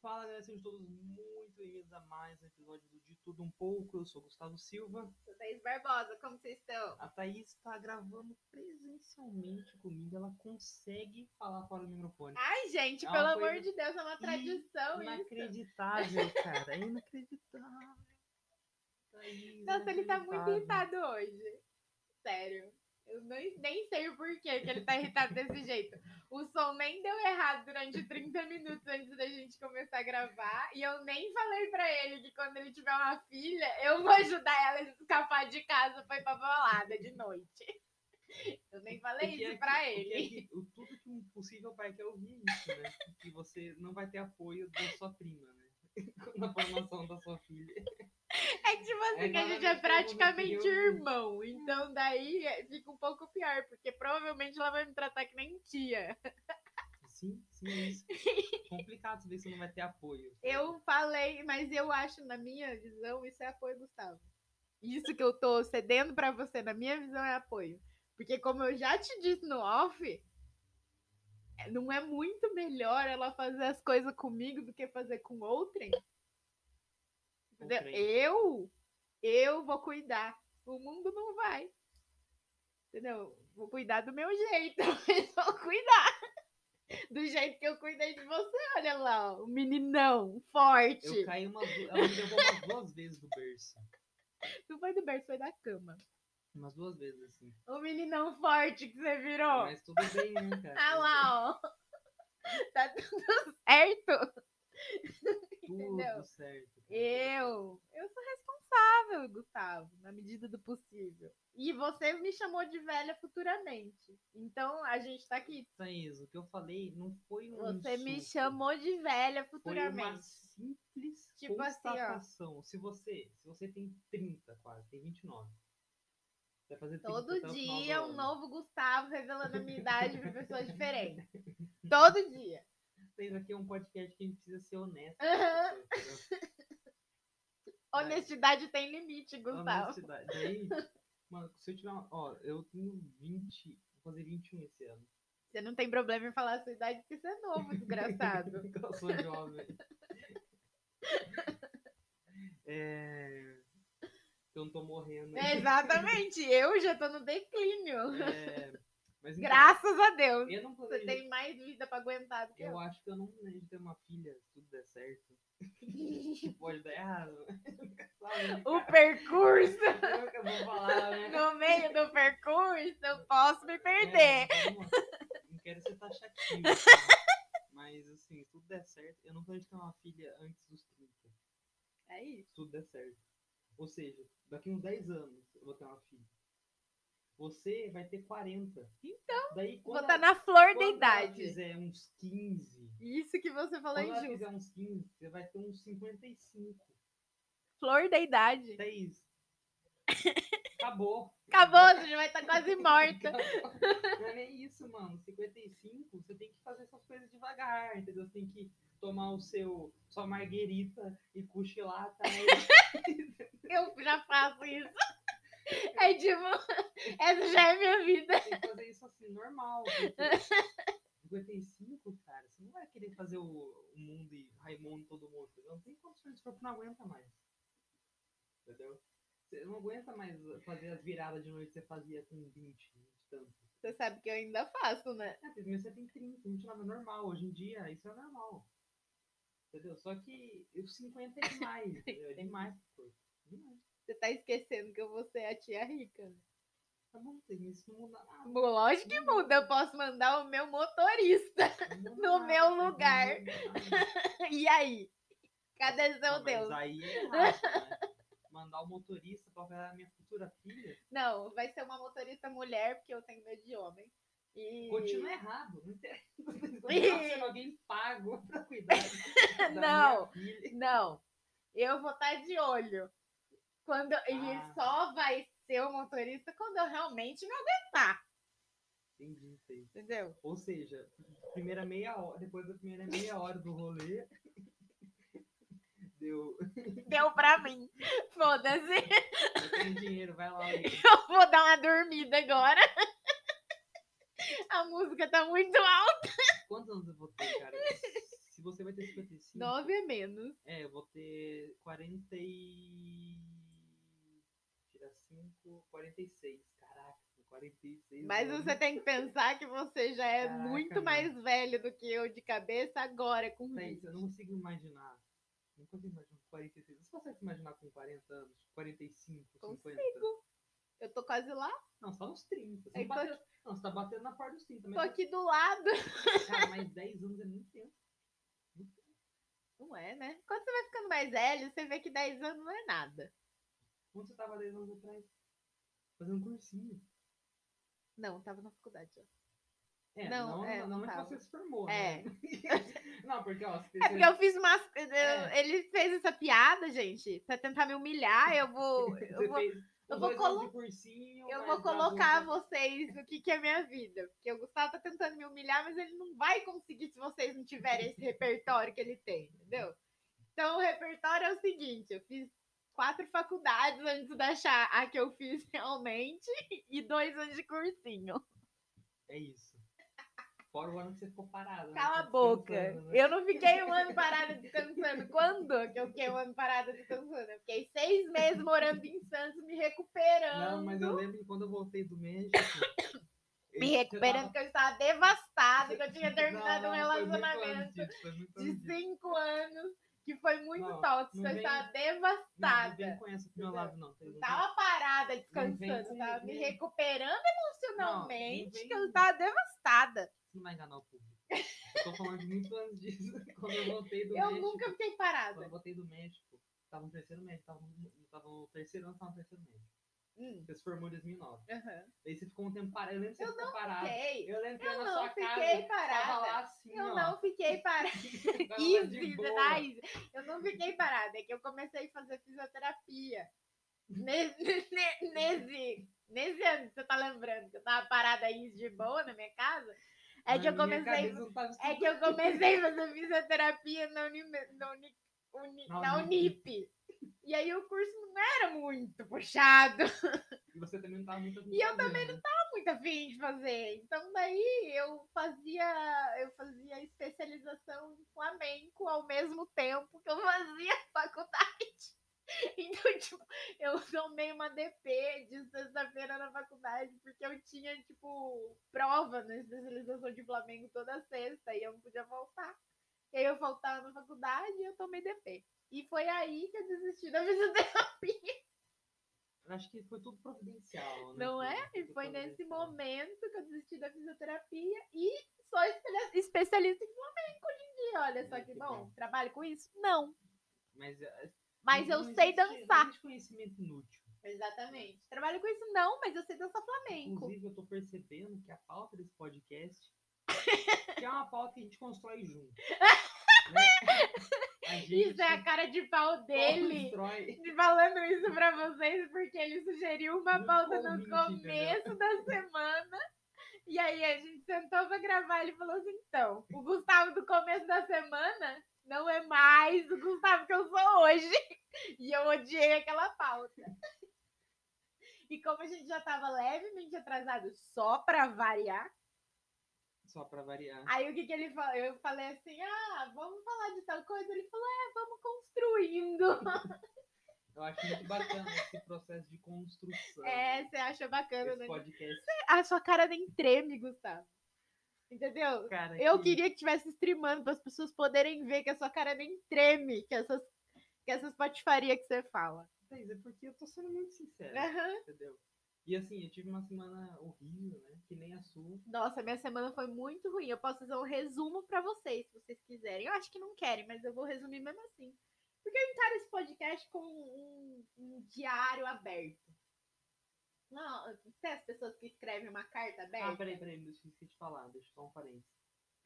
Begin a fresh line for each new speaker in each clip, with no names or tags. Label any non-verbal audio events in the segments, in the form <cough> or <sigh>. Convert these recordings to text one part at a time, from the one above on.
Fala galera, sejam todos muito bem-vindos a mais um episódio do De Tudo Um Pouco. Eu sou o Gustavo Silva.
Sou Thaís Barbosa, como vocês estão?
A Thaís está gravando presencialmente comigo, ela consegue falar fora do microfone.
Ai, gente,
É uma
pelo
coisa
amor de Deus, é uma tradição isso.
inacreditável,
<laughs>
cara, é inacreditável. Thaís,
Nossa, ele tá muito
inacreditável.
irritado hoje. Sério. Eu nem, nem sei o porquê que ele tá irritado desse <laughs> jeito. O som nem deu errado durante 30 minutos antes da gente começar a gravar. E eu nem falei pra ele que quando ele tiver uma filha, eu vou ajudar ela a escapar de casa pra ir pra balada de noite. <laughs> Eu nem falei
Porque
isso
é
pra
que-
ele.
porque é que o- tudo que um possível pai quer ouvir é isso, né? Que você não vai ter apoio da sua prima, né? <laughs> Na formação da sua filha.
É que, tipo assim,
É
que a gente
claramente
é
todo mundo
praticamente
queria ouvir.
irmão. Então daí é- fica um pouco pior, porque provavelmente ela vai me tratar que nem tia.
Sim, sim, é
<laughs>
isso. Complicado saber que você não vai ter apoio.
Eu falei, mas eu acho, na minha visão, isso é apoio, Gustavo. Isso que eu tô cedendo pra você, na minha visão, é apoio. Porque como eu já te disse no off, é- não é muito melhor ela fazer as coisas comigo do que fazer com outrem. Entendeu?
Outrem.
Eu, eu vou cuidar. O mundo não vai. Entendeu? Vou cuidar do meu jeito, <laughs> mas vou cuidar. Do jeito que eu cuidei de você, olha lá, ó, o meninão forte.
Eu caí umas duas. Ela me derrubou umas duas vezes do berço.
Não foi do berço, foi da cama.
Umas duas vezes, assim.
O meninão forte que você virou.
Mas tudo bem, né, cara?
<laughs> Ah lá, ó. <laughs> Tá tudo certo.
Tudo
entendeu?
certo. cara.
Eu, eu sou responsável, Gustavo, na medida do possível. E você me chamou de velha futuramente. Então a gente tá aqui.
Thaís, o que eu falei não foi um.
Você me
insulto,
chamou de velha
Foi uma
futuramente.
simples
Tipo assim, ó.
constatação. se você, se você tem 30 quase, tem 29. Você vai fazer 30 até
Todo
o final do
dia um
ano.
novo Gustavo revelando a minha idade pra pessoas diferentes. Todo dia.
Isso aqui é um podcast que a gente precisa ser honesto.
<laughs>
com
Aham.
as pessoas, entendeu?
Honestidade tem limite, Gustavo.
Honestidade. Daí, mano, se eu tiver uma. Ó, eu tenho 20. Vou fazer 21 esse ano.
Você não tem problema em falar a sua idade porque você é novo, desgraçado.
Porque <laughs> eu sou jovem. É, Eu não tô morrendo.
É. Exatamente, eu já tô no declínio.
É, Mas então,
Graças a Deus.
eu não
Você
planejo.
tem mais vida pra aguentar do que um- eu.
Eu acho que eu não planejo ter uma filha, se tudo der certo.
<laughs>
Que Pode dar errado. <laughs> Sabe,
O
cara?
percurso,
Eu nunca vou falar, né?
no meio do percurso, eu posso me
É,
perder.
vamos lá. não quero ser taxativo. tá?
<laughs>
Mas assim, se tudo der certo, eu não planejo ter uma filha antes dos 30.
É isso.
Se tudo der certo. Ou seja, daqui uns 10 anos eu vou ter uma filha. Você vai ter 40. Então, Daí,
Vou
quando
estar
ela-
na flor
quando
da
ela
idade.
fizer uns 15.
Isso que você falou
Quando
é
ela
injusto.
fizer uns 15, você vai ter uns 55.
Flor da idade.
10. é Acabou.
Acabou, você já vai estar quase morta.
Não é nem isso, mano. 55, você tem que fazer essas coisas devagar, entendeu? Você tem que tomar o seu sua marguerita e cochilar atrás.
Eu já faço isso. <laughs> É tipo, essa já é minha vida.
tem que fazer isso assim, normal.
<laughs>
porque 55, cara, você não vai querer fazer o, o mundo e Raimundo todo mundo. entendeu? Não tem condições, o corpo não aguenta mais. Entendeu? Você não aguenta mais fazer as viradas de noite que você fazia com 20 de tanto.
Você sabe que eu ainda faço, né?
É, teve mês que você tem 30, 29 é normal. Hoje em dia, isso é normal. Entendeu? Só que os 50 é
<laughs>
demais. entendeu? é demais pro corpo. Demais.
Você tá esquecendo que eu vou ser a tia rica. né?
Tá bom, tem isso não muda nada.
Lógico que muda, eu posso mandar o meu motorista. <laughs>
não muda
No
nada,
meu
cara, não
lugar.
muda nada.
E aí? Cadê
Ah,
seu Deus?
Mas aí é errado, né? Mandar o motorista pra pegar a minha futura filha.
Não, vai ser uma motorista mulher, porque eu tenho medo de homem. E...
Continua errado. Não interessa. Continua sendo alguém pago pra cuidar
<laughs>
da
Não.
minha filha.
Não, eu vou estar de olho. Quando...
Ah.
E só vai ser o motorista quando eu realmente me
Entendi, entendi.
entendeu?
Ou seja, primeira meia hora, depois da primeira meia hora do rolê, <laughs> deu.
Deu pra mim. Foda-se, <laughs>
Eu tenho dinheiro, vai lá. Olivia.
eu vou dar uma dormida agora. <laughs> A música tá muito alta.
Quantos anos eu vou ter, cara? Se você vai ter 55.
Nove é menos.
É, eu vou ter 40 e... Tira 5, 46. Caraca, 46.
Mas
anos.
você tem que pensar que você já é
Uhum. Caraca,
muito
mano.
mais velho do que eu de cabeça agora, com
Thaís,
20.
eu não consigo imaginar. Não consigo imaginar com 46. Você consegue se imaginar com 40 anos? 45,
Consigo.
50?
Eu tô quase lá,
Não, só nos 30. Você
É
não,
que tô-
bateu- não, você tá batendo na porta dos 30.
tô
Mas,
aqui do lado.
cara, mais 10 anos é muito tempo.
Não é, né? Quando você vai ficando mais velho, você vê que 10 anos não é nada.
Onde você tava 10 anos atrás? Fazendo um cursinho.
Não, tava na faculdade. ó.
É,
Não,
não,
é,
não,
não
é que
tava.
você se formou,
É.
né? não, porque, ó, você,
É porque eu fiz umas. eu-
É.
Ele fez essa piada, gente, pra tentar me humilhar. Eu vou.
<laughs>
Eu vou, eu vou colo-
um
eu vou colocar vocês no que, que é minha vida. Porque o Gustavo tá tentando me humilhar, mas ele não vai conseguir se vocês não tiverem esse repertório que ele tem, entendeu? Então, o repertório é o seguinte: eu fiz quatro faculdades antes de achar a que eu fiz <laughs> realmente e dois anos de cursinho.
É isso. Fora o ano que você ficou parado. né?
Cala a
Tá
boca.
descansando, né?
Eu não fiquei um ano parada descansando. Quando que eu fiquei um ano parada descansando? Eu fiquei seis meses morando em Santos, me recuperando.
Não, mas eu lembro que quando eu voltei do México. eu-
<coughs> Me
eu
recuperando,
tava-
que eu estava devastada, que eu tinha
Não,
terminado
não,
um
foi muito
relacionamento
antes, foi muito
de
antes.
cinco anos, que foi muito
Não,
tóxico.
não
eu
vem-
estava
Não, não vem
devastada.
com essa pro meu
Entendeu?
lado, não. tá Thaís,
Eu
não
tava parada
com-
descansando, tava me
não-
recuperando
não
emocionalmente,
vem-
que eu estava devastada.
vem- Não vai enganar o público. Eu tô falando de muito antes disso. <laughs> Quando eu voltei do
Eu
México.
nunca fiquei
Quando
parada.
eu voltei do México, tava no terceiro médio. Tava no, tava no terceiro ano, tava no terceiro médio.
Hum,
Você se formou em 2009.
aham.
Daí você ficou um tempo parado. Eu lembro que você
Eu
ficou parado.
Fiquei.
Eu lembro que eu ia
Eu
na
não
sua casa.
fiquei
Tava
parada.
lá assim,
Eu
ó.
não fiquei parada.
Tava lá de
Ih,
boa.
Ai, eu não fiquei parada. É que eu comecei a fazer fisioterapia.
Uhum.
Ne- <laughs> ne- Nesse, nesse ano, que você tá lembrando que eu tava parada aí de boa na minha casa? É
Na
que eu
minha
comecei.
cabeça eu tava
É que eu comecei a fazer fisioterapia na, Unime- na Uni- Uni-
Na
na
Unip.
Unip. E aí o curso não era muito puxado.
E você também não tava muito
E eu também
não
muito afim de fazer. Então daí eu fazia, eu fazia especialização em flamenco ao mesmo tempo que eu fazia faculdade. <laughs> Então, tipo, eu tomei uma DP de sexta-feira na faculdade, porque eu tinha, tipo, prova na especialização de Flamengo toda sexta e eu não podia voltar. E aí eu voltava na faculdade e eu tomei DP. E foi aí que eu desisti da fisioterapia.
Eu acho que foi tudo providencial. né,
Não
tudo,
é? E
tudo
foi nesse
providencial.
momento que eu desisti da fisioterapia e sou espe- especialista em flamenco hoje em dia. Olha só
Olha
que
que
bom.
bom.
Trabalho com isso? Não.
Mas, eh,
Mas
não-
eu
não
sei
existe- não
dançar.
existe conhecimento inútil.
Exatamente. Trabalho com isso? Não, mas eu sei dançar flamenco.
Inclusive, eu tô percebendo que a pauta desse
<laughs>
podcast que é uma pauta que a gente constrói junto. né? A
Isso é a
gente tipo,
cara de <laughs> pau dele.
Constrói.
De Falando isso pra vocês, porque ele sugeriu uma
No
pauta no
convite, entendeu?
começo da semana. E aí a gente sentou pra gravar. Ele falou assim: então, o Gustavo do começo da semana não é mais o Gustavo que eu sou hoje. <laughs> E eu odiei aquela pauta. <laughs> E como a gente já tava levemente atrasado só pra variar,
Só pra variar.
Aí o que, que ele falou? Eu falei assim: ah, vamos falar de tal coisa. Ele falou: é, vamos construindo.
Eu acho muito bacana esse processo de construção.
É, você achou bacana,
Esse
né?
podcast,
A sua cara nem treme, Gustavo. Entendeu?
cara.
Eu
que-
queria que tivesse streamando para as pessoas poderem ver que a sua cara nem treme, que essas, que essas patifarias que você fala.
Thaís, é porque eu tô sendo muito
<laughs>
sincero,
Aham.
entendeu? E assim, eu tive uma semana horrível, né? Que nem a sua.
Nossa, minha semana foi muito ruim. Eu posso fazer um resumo para vocês, se vocês quiserem. Eu acho que não querem, mas eu vou resumir mesmo assim. Porque eu encaro esse podcast como um, um diário aberto. Não, tem as pessoas que escrevem uma carta aberta.
Ah, peraí, peraí, deixa eu esqueci de falar, deixa eu só um parênteses.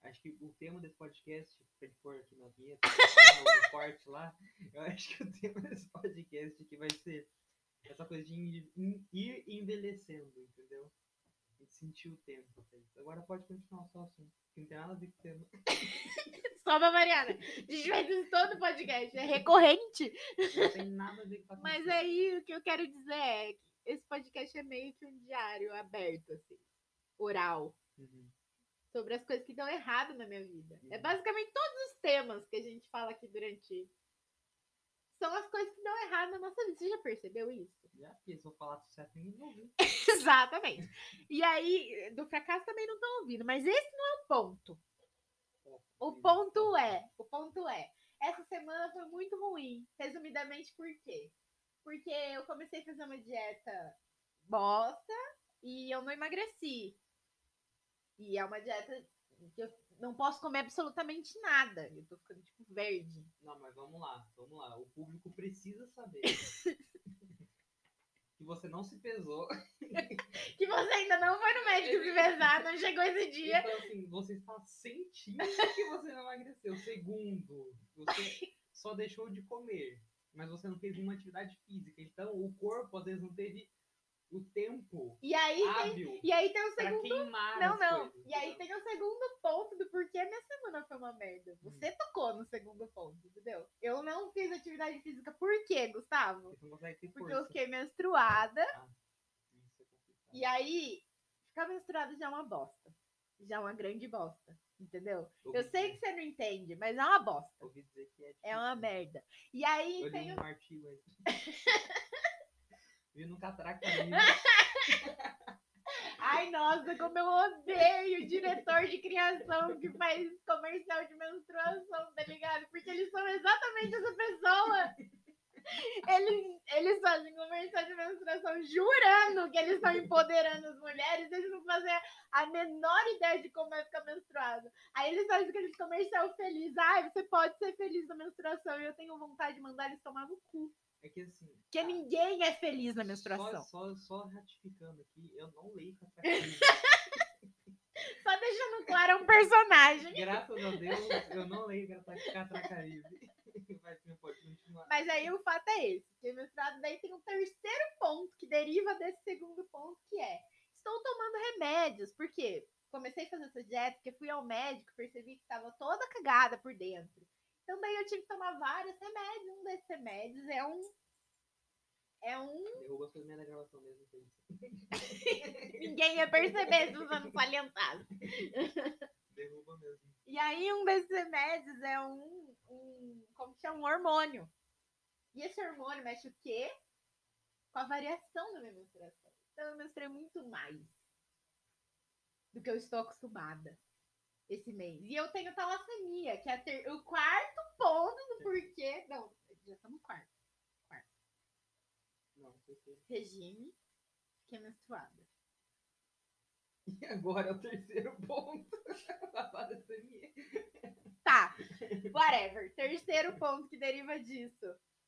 Acho que o tema desse podcast, pra ele pôr aqui na vinheta, no corte lá, eu acho que o tema desse podcast aqui vai ser essa coisa de en- en- ir envelhecendo, entendeu? E sentir o tempo. Thaís. Agora pode continuar o seu assunto, que não tem nada a ver com o tema.
<laughs> Só pra Mariana. A gente faz isso todo podcast, é recorrente.
Não tem nada a ver com tá a
Mas é aí o que eu quero dizer é que esse podcast é meio que um diário aberto, assim, oral.
Uhum.
sobre as coisas que dão errado na minha vida. É
Uhum.
basicamente todos os temas que a gente fala aqui durante. São as coisas que dão errado na nossa vida. Você já percebeu isso?
Já que eles vão falar sucesso, ninguém vai ouvir.
<laughs> Exatamente. E aí, do fracasso também não estão ouvindo, mas esse não é o ponto. O ponto é, o ponto é, essa semana foi muito ruim. Resumidamente, por quê? Porque eu comecei a fazer uma dieta bosta e eu não emagreci. E é uma dieta que eu não posso comer absolutamente nada. Eu tô ficando, tipo, verde.
Não, mas vamos lá, vamos lá. O público precisa
<laughs>
saber que você não se pesou.
Que você ainda não foi no médico se pesar, não chegou esse dia.
Então, assim, você está sentindo que você não emagreceu. Segundo, você só deixou de comer, mas você não fez nenhuma atividade física. Então, o corpo, às vezes, não teve o tempo
E aí tem,
hábil
e aí tem o
para
segundo
queimar
Não,
as
não.
coisas,
E aí
entendeu?
tem o segundo ponto do porquê minha semana foi uma merda.
Hum.
Você tocou no segundo ponto, entendeu? Eu não fiz atividade física. Por quê, Gustavo?
Você não consegue ter
Porque
força.
eu fiquei menstruada.
Isso é complicado.
E aí, ficar menstruada já é uma bosta. Já é uma grande bosta, entendeu? Eu
Ouvi
sei que
dizer-
você não entende, mas é uma bosta.
Ouvi dizer que é
É uma
difícil.
merda. E aí
Eu
tem
li um artigo
<laughs>
aí. Vi no Catraca né? Livre.
Ai, nossa, como eu odeio o diretor de criação que faz comercial de menstruação, tá ligado? Porque eles são exatamente essa pessoa. Eles, eles fazem comercial de menstruação jurando que eles estão empoderando as mulheres, eles não fazem a menor ideia de como é ficar menstruada. Aí eles fazem aqueles comercial feliz. Ai, você pode ser feliz na menstruação. E eu tenho vontade de mandar eles tomar no cu.
É que assim.
Porque
a-
ninguém é feliz na menstruação.
Só, só, só ratificando aqui, eu não leio Catraca
<laughs>
Livre.
Só deixando claro, é um personagem.
Graças a Deus, eu não leio Catraca- Catraca Livre. <laughs> Mas você pode continuar.
Mas aí o fato é esse, que mestrado daí tem um terceiro ponto que deriva desse segundo ponto, que é estou tomando remédios, porque comecei a fazer essa dieta, porque fui ao médico, percebi que estava toda cagada por dentro. Então daí eu tive que tomar vários remédios, um desses remédios é um é um,
Derruba as coisas minhas da gravação mesmo. que é isso.
ninguém ia perceber <laughs> se você não salientasse.
Derruba mesmo.
E aí um desses remédios é um, um como que chama, um hormônio. E esse hormônio mexe o quê? Com a variação da minha menstruação. Então eu menstruei muito mais do que eu estou acostumada esse mês. E eu tenho talassemia, que é a ter- o quarto ponto do porquê. Não, já estamos no quarto.
Não, porque.
Regime que é menstruada.
<laughs> E agora é o terceiro ponto. <laughs> Apareceu minha.
Tá, whatever. Terceiro ponto que deriva disso.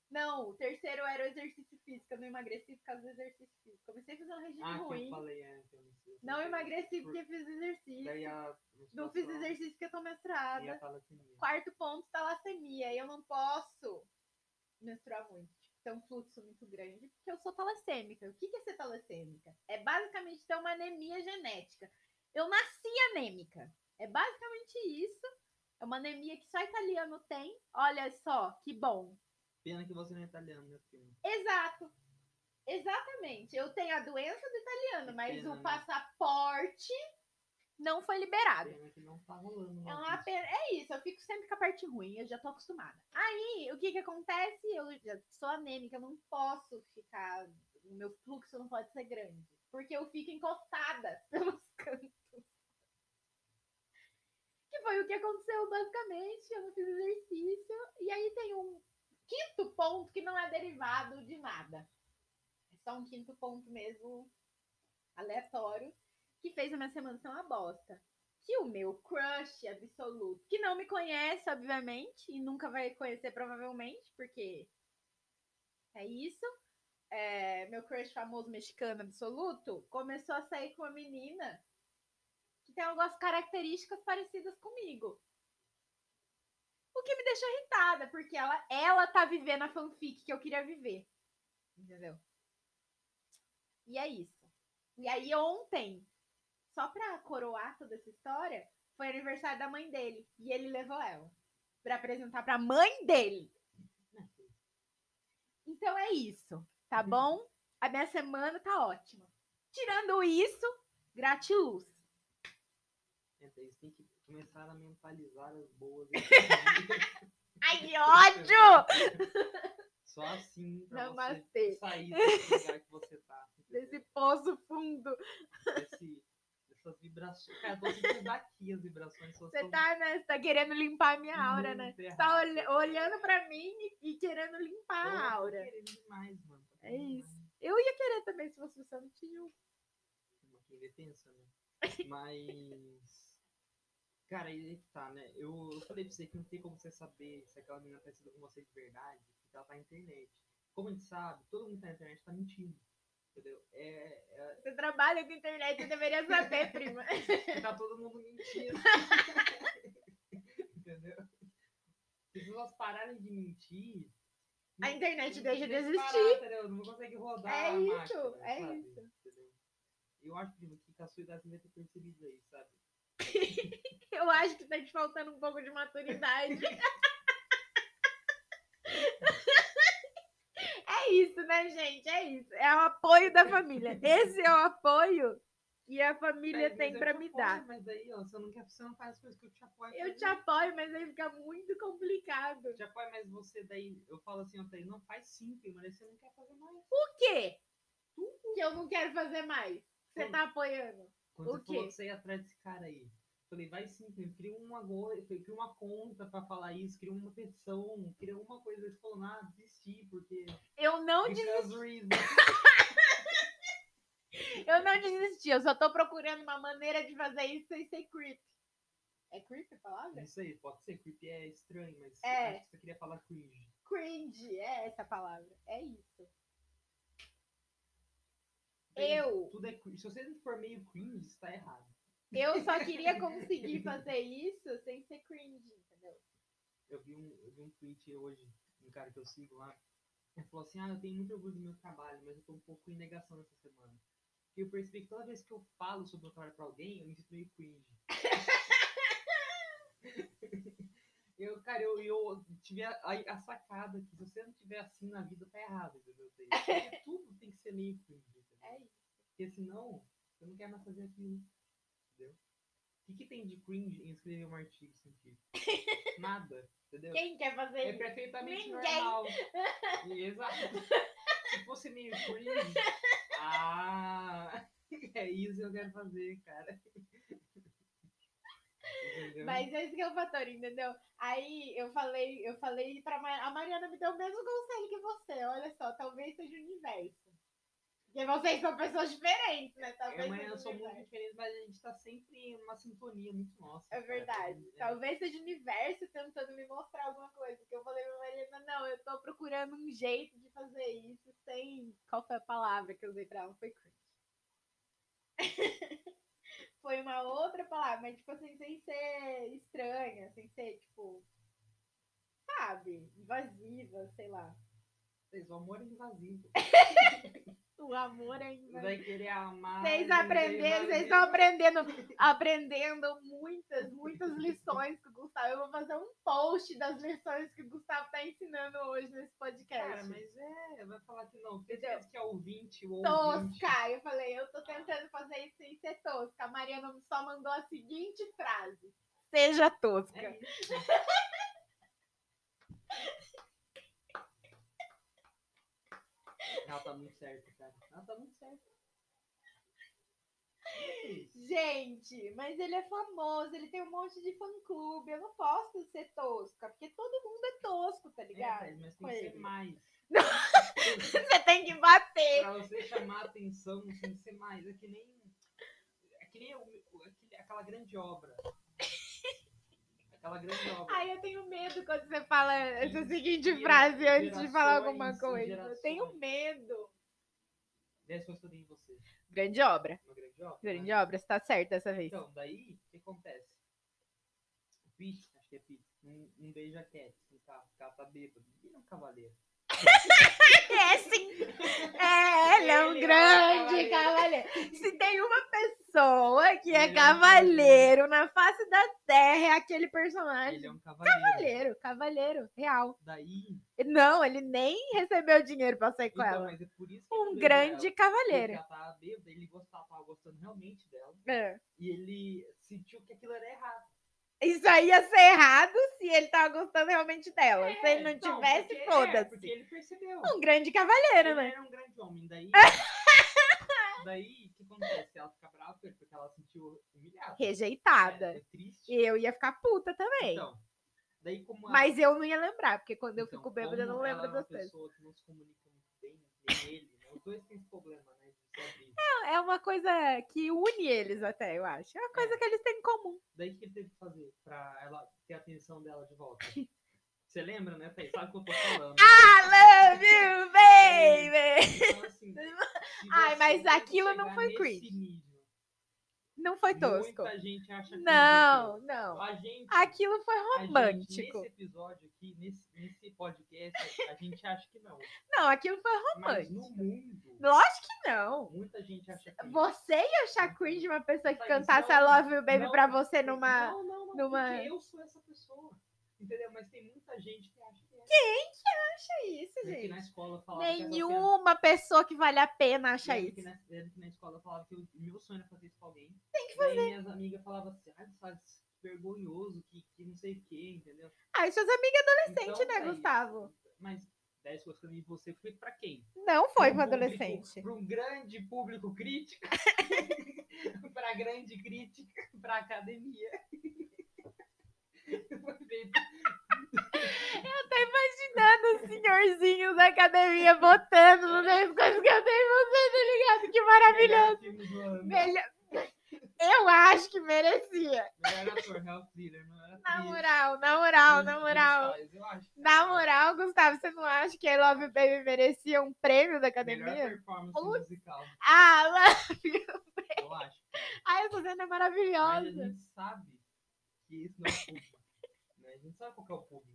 Não, o terceiro era o exercício físico. Eu não emagreci por causa do exercício físico. Comecei a fazer um regime
Ah, que eu
ruim.
falei, é. que eu não sei.
Não emagreci
Por-
porque fiz exercício.
Daí a
Não fiz
menstruação
exercício porque eu tô
E a
menstruada.
talassemia.
Quarto ponto, talassemia. Eu não posso menstruar muito. Tem um fluxo muito grande, porque eu sou talassêmica. O que que é ser talassêmica? É basicamente ter uma anemia genética. Eu nasci anêmica. É basicamente isso. É uma anemia que só italiano tem. Olha só, que bom.
Pena que você não é italiano, né, filho?
Exato. Exatamente. Eu tenho a doença do italiano,
Que
mas
pena,
o
né?
passaporte não foi liberado.
Pena que não tá rolando.
É,
lá
uma
isso.
pena- é isso, eu fico sempre com a parte ruim, eu já tô acostumada. Aí, o que que acontece? Eu já sou anêmica, eu não posso ficar. O meu fluxo não pode ser grande. Porque eu fico encostada <laughs> pelos cantos. Que foi o que aconteceu, basicamente. Eu não fiz exercício. E aí tem um quinto ponto que não é derivado de nada. É só um quinto ponto mesmo, aleatório, que fez a minha semana ser uma bosta que o meu crush absoluto, que não me conhece, obviamente, e nunca vai conhecer, provavelmente, porque é isso. É, meu crush famoso mexicano absoluto começou a sair com uma menina que tem algumas características parecidas comigo. O que me deixou irritada, porque ela, ela tá vivendo a fanfic que eu queria viver. Entendeu? E é isso. E aí ontem só pra coroar toda essa história, foi aniversário da mãe dele. E ele levou ela pra apresentar pra mãe dele. Então é isso, tá bom? A minha semana tá ótima. Tirando isso, gratiluz.
pensamento. Então, Eles têm que começar a mentalizar as
<laughs>
boas.
Ai, que ódio!
Só assim pra você
Namastê. <laughs>
sair desse lugar que você tá. entendeu?
Desse poço fundo.
Esse- essas vibrações. Cara, eu tô
<laughs>
sentindo daqui as vibrações. só
Você
são
tá, né? Você tá querendo limpar a minha aura, né?
muito
Você tá
erradas.
olha- olhando pra mim e- e querendo limpar
Porra,
a
tô
aura.
querendo demais, mano. Tô
É
querendo
isso.
demais.
Eu ia querer também se fosse o Santinho.
Uma querer tensa, né? Mas. Cara, aí é que tá, né? Eu, eu falei pra você que não tem como você saber se aquela menina tá sendo com você de verdade, porque ela tá na internet. Como a gente sabe, todo mundo que tá na internet tá mentindo. Entendeu? É, é-
Você trabalha com internet, eu
<laughs>
deveria saber, prima. <laughs>
é- tá todo mundo mentindo. <laughs> entendeu? Se as pessoas pararem de mentir.
A
não-
internet
não-
deixa de
não
existir.
parar, entendeu? Não consegue rodar.
É
a
isso,
máquina,
é
sabe?
isso.
Entendeu? Eu acho, primo, que a sua idade você vai ter percebido aí, sabe?
Eu acho que tá te faltando um pouco
<laughs>
de maturidade. É isso, né, gente? É isso. É o apoio da família. Esse é o apoio que a
Daí,
família
mas
tem
eu
pra
te
me
apoio, né?
dar.
Mas aí, ó, você não quer, você não faz as coisas que eu te apoio.
Eu te
fazer.
apoio, mas aí fica muito complicado.
Eu te apoio, mas você daí, eu falo assim, ó, daí não faz sim, primo, mas você não quer fazer mais.
O quê? Que eu não quero fazer mais. Você tá apoiando.
Quando
O
você falou
quê?
que você ia atrás desse cara aí, eu falei, vai sim, primo, cria uma, go- cria uma conta pra falar isso, cria uma petição, cria alguma coisa. Ele falou, nada, desisti, porque...
Eu não, des...
Because reasons.
eu não desisti. Eu só tô procurando uma maneira de fazer isso sem ser creep. É creep a palavra?
Não sei, pode ser, creepy é estranho, mas
É.
eu acho que você queria falar cringe.
Cringe, é essa a palavra. É isso.
Bem,
Eu,
Tudo é cringe. Se você não for meio cringe, você tá errado.
eu só queria conseguir fazer isso sem ser cringe, entendeu?
eu vi um, eu vi um tweet hoje, um cara que eu sigo lá, ele falou assim, ah, eu tenho muito orgulho do meu trabalho, mas eu tô um pouco em negação essa semana. E eu percebi que toda vez que eu falo sobre o meu trabalho pra alguém, eu me sinto meio cringe. eu, cara, eu, eu tive a, a- a sacada que se você não tiver assim na vida, tá errado, entendeu? Tem- Tudo tem que ser meio cringe, entendeu?
É isso.
Porque senão, você não quer mais fazer aquilo. Entendeu? O que, que tem de cringe em escrever um artigo científico? Nada, entendeu?
Quem quer fazer
É
isso?
perfeitamente
Ninguém.
normal.
<laughs>
Exato. Se fosse meio cringe. Ah, é isso que eu quero fazer, cara. Entendeu?
Mas esse que é o fator, entendeu? Aí eu falei, eu falei pra Mariana, a Mariana me deu o mesmo conselho que você. Olha só, talvez seja o universo. Porque vocês são pessoas diferentes, né? Talvez
É, mas
seja
eu
o
sou muito
universo.
diferente, mas a gente tá sempre em uma sintonia muito nossa.
É
cara.
verdade.
É,
Talvez seja o universo tentando me mostrar alguma coisa. Que eu falei pra Mariana, não, eu tô procurando um jeito de fazer isso sem. Qual foi a palavra que eu usei pra ela? Foi cringe. <laughs> foi uma outra palavra, mas tipo assim, sem ser estranha, sem ser, tipo. Sabe? Invasiva, sei lá.
Vocês, o amor é invasivo.
O amor é
Você
invasivo.
vai querer amar.
Vocês
mas é
aprenderam, vocês
invasivo.
estão aprendendo, aprendendo muitas, muitas lições que o Gustavo. Eu vou fazer um post das lições que o Gustavo está ensinando hoje nesse podcast.
Cara, mas é, vai falar que não. Porque
Entendeu?
diz que é ouvinte ou ouvinte.
Tosca, eu falei, eu tô tentando fazer isso sem ser tosca. A Mariana só mandou a seguinte frase: Seja tosca.
É isso. Ela tá muito certa, cara. Ela tá muito certa. É isso.
Gente, mas ele é famoso, ele tem um monte de fã-clube. Eu não posso ser tosca, porque todo mundo é tosco, tá
É,
ligado?
Thaís, mas tem que ser
Foi.
mais.
Você tem que bater.
pra você chamar atenção, tem que ser mais. É que nem. É que nem o- o- aquele- aquela grande obra. Aquela grande obra.
Ai, eu tenho medo quando você fala essa
Isso,
seguinte
gera-
frase antes de falar
gerações
alguma
e
coisa. Eu tenho
gerações.
medo.
Dez coisas que eu dei em você.
Grande obra.
Uma grande obra. né?
Grande obra, você tá certo dessa vez.
Então, daí, o que acontece? O Pete, acho que tá é Pete, um, um beija cat, um ca- cata bêbado, vira um cavaleiro.
É
<laughs>
sim. É, ele é um
Ele é um
grande cavaleiro. Se tem uma pessoa que é
Ele é um cavaleiro.
cavaleiro na face da terra, é aquele personagem.
Ele é um cavaleiro.
Cavaleiro, cavaleiro, real.
Daí.
Não, ele nem recebeu dinheiro pra sair com
Então,
ela.
mas é por isso que ele
Um
não
grande
lembra ela, porque
cavaleiro.
Ela tava bêbada, ele gostava, tava gostando realmente dela.
É.
E ele sentiu que aquilo era errado.
Isso aí ia ser errado se ele tava gostando realmente dela. se ele não
Então, porque-
tivesse,
é, porque
foda-se.
ele percebeu.
Um grande cavaleiro,
ele
né?
era um grande homem. Daí.
<laughs>
daí, o que acontece? Ela fica brava com ele porque ela se sentiu humilhada. É,
Rejeitada.
é triste.
E eu ia ficar puta também.
Então, daí como ela-
Mas eu não ia lembrar, porque quando eu
então,
fico bêbada, eu não
como ela
lembro
é uma
das coisas.
pessoa que não se comunica muito bem, nem ele, né? Os dois têm esse problema, né? de se abrir.
É uma coisa que une eles até, eu acho. É uma coisa que eles têm
<laughs>
em comum.
Daí o que ele teve que fazer pra ela ter a atenção dela de volta?
<laughs>
Você lembra, né, Thaís? Sabe o que eu tô falando?
I
É,
love you, baby!
Então, assim,
<laughs>
se
Ai,
você
mas
não
aquilo não
chegar
foi
nesse
cringe.
nível,
Não foi tosco.
Muita gente acha cringe
Não,
aquilo.
não.
A gente,
Aquilo foi
a gente,
romântico.
nesse episódio aqui, nesse, nesse podcast, a gente acha que
<laughs>
não.
Não, aquilo foi
Mas no
É romântico.
mundo,
Lógico que não.
muita gente acha que
Você ia achar cringe uma pessoa que
Mas
cantasse
não,
I Love You Baby
não,
pra você É numa.
Não, não, não,
numa-
porque eu sou essa pessoa. Entendeu? Mas tem muita gente que acha que é.
Acha isso,
Lembra que na
gente.
escola eu
é
falava que era o
Nenhuma pessoa que vale a pena
que
acha
era- lembra
isso.
que na- lembra que na escola eu falava que o meu sonho era fazer isso com alguém. Tem que fazer. Daí minhas amigas falavam assim, ai, tu faz vergonhoso, que, que não sei o quê, entendeu?
Ai, suas amigas
Adolescente,
adolescentes, né, Gustavo?
Mas 10 gostando de você foi pra quem?
Não foi
Pra
pra
um público-
adolescente. <laughs>
Pra um grande público crítico. <laughs> pra grande crítica. Pra academia. <laughs> Foi bem
Imaginando os senhorzinhos da academia botando no meio das coisas que eu tenho em você, tá ligado? Que maravilhoso.
Melhor filme do ano.
Melhor... Eu acho que merecia.
Melhor ator, Ralph Miller, não era
Na
atriz.
moral, na moral, na
Não,
moral.
Charles, eu acho.
Na moral, Gustavo, você não acha que I Love You Baby merecia um prêmio
Melhor
da academia?
performance
Putz.
musical,
Ah, lá-
eu acho.
ai, essa cena é
Mas a
maravilhosa.
gente sabe que isso não é público. né? A gente sabe qual que é o
<laughs>
público.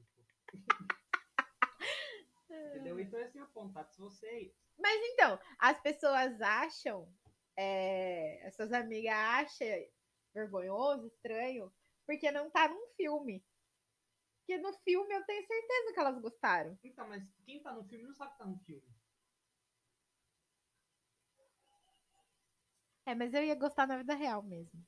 Entendeu? Então, assim, apontado, se você.
Mas então, as pessoas acham, é, as suas amigas acham vergonhoso, estranho, porque não tá num filme. Porque no filme eu tenho certeza que elas gostaram.
Então, mas quem tá no filme não sabe que tá no filme.
É, mas eu ia gostar na vida real mesmo.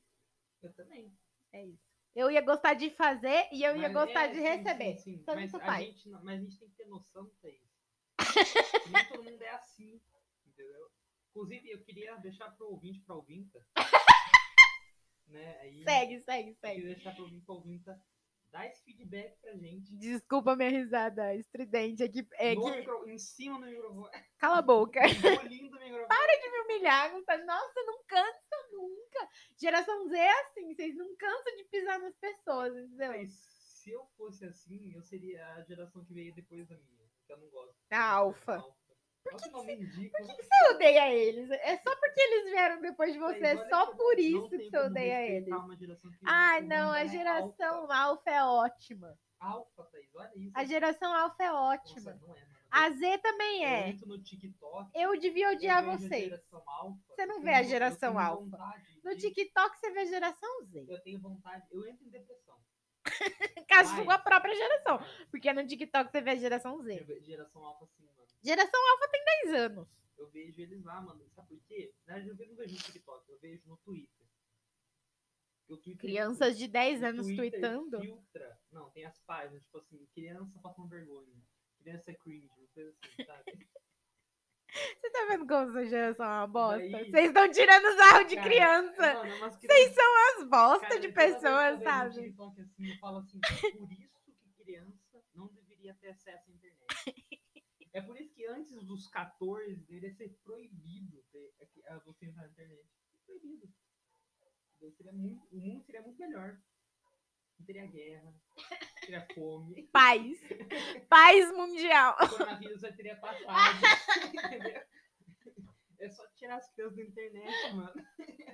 Eu também.
É isso. Eu ia gostar de fazer e eu ia
Mas-
gostar
é,
de
sim,
receber.
Sim, sim.
Tanto
Mas, a
faz.
gente, não- mas a gente tem que ter noção, Thaís.
<laughs>
que Nem todo mundo é assim. Entendeu? Inclusive, eu queria deixar pro ouvinte, pra
<laughs>
ouvinta. né? Aí,
Segue, segue,
Eu
segue.
queria deixar pra ouvinte, pra ouvinta. Dá esse feedback pra gente.
Desculpa minha risada estridente aqui. É
no
que...
micro- Em cima do
<laughs>
microfone.
Cala a boca.
Engolindo o microfone.
de me humilhar. não tá- Nossa, não cansa nunca. Geração Z é assim, vocês não cansam de pisar nas pessoas, entendeu?
Mas se eu fosse assim, eu seria a geração que veio depois da minha. Que eu não gosto.
É A alfa.
Por que nome ridículo.
Por que que você odeia eles? É só porque eles vieram depois de você,
Mas
é
olha
só
que
por
não
isso
tem
que você
como
odeia
respeitar
eles.
Uma geração que
Ah,
veio
não, a
ainda é
geração alfa é ótima.
Alfa, alfa Thaís, olha isso.
A geração alfa é
Nossa,
ótima.
não é, mano.
A Z também
Eu
é.
entro no TikTok.
Eu devia odiar
eu vejo a
vocês.
geração alfa,
Você não
eu
vê a
tenho- eu
geração
tenho
alfa.
vontade
No
de-
TikTok você vê geração Z.
Eu tenho vontade. Eu entro em depressão.
Com a
Vai.
sua própria geração. Porque no TikTok você vê a geração Z.
Eu ve- Geração alfa, assim, mano.
Geração alfa tem 10 anos.
Eu vejo eles lá, mano. Sabe por quê? Na verdade, eu não vejo no TikTok, eu vejo no Twitter. Porque o Twitter- é
Crianças de 10
o
anos
Twitter
é, tweetando.
Filtra. Não, tem as páginas, tipo assim, criança passando vergonha. Criança cringe, uma coisa assim,
<laughs>
sabe?
Você tá vendo como sua geração é uma bosta?
Daí-
Vocês estão tirando sarro de
Cara,
criança.
Mano, é umas
Vocês
crianças-
são umas bosta
cara,
de
toda vez que eu
pessoas,
vejo um No
sabe?
TikTok, assim, eu falo assim, é por isso que criança não deveria ter acesso à internet.
<laughs>
É por isso que antes dos 14 deveria ser proibido ter, é que- é você entrar na internet. Proibido. Então, seria muito- o mundo seria muito melhor. Não teria guerra, não
<laughs>
teria fome,
Paz.
<laughs>
Paz mundial.
o coronavírus já teria passado. entendeu? É só tirar as crianças da internet, mano.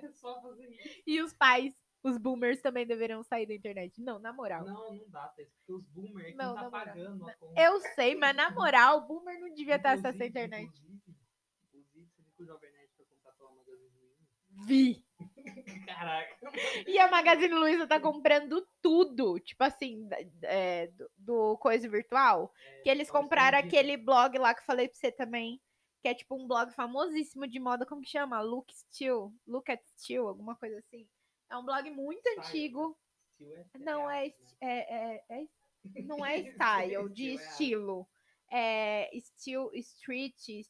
É só fazer isso.
E os pais. Os boomers também deveriam sair da internet. Não, na moral.
Não, não dá, Thaís, porque os boomers não,
Não,
tá
na moral.
pagando a conta.
Eu sei, mas na moral, o boomer não devia estar
Inclusive,
acessando a internet.
Inclusive, inclusive, você viu que o Jovem Nerd foi contratar uma das meninas?
Vi.
Caraca.
E a Magazine Luiza tá comprando tudo, tipo assim, da- é, do, do coisa virtual. Que eles
então,
compraram
entendi.
aquele blog lá que eu falei pra você também. Que é tipo um blog famosíssimo de moda, como que chama? Look Still, Look at Still, alguma coisa assim. É um blog muito
Style.
antigo.
Tio é
Não é,
arte, né?
esti- é, é, é- não
<laughs>
é style, de
Estilo, é
estilo. É estilo, street. es-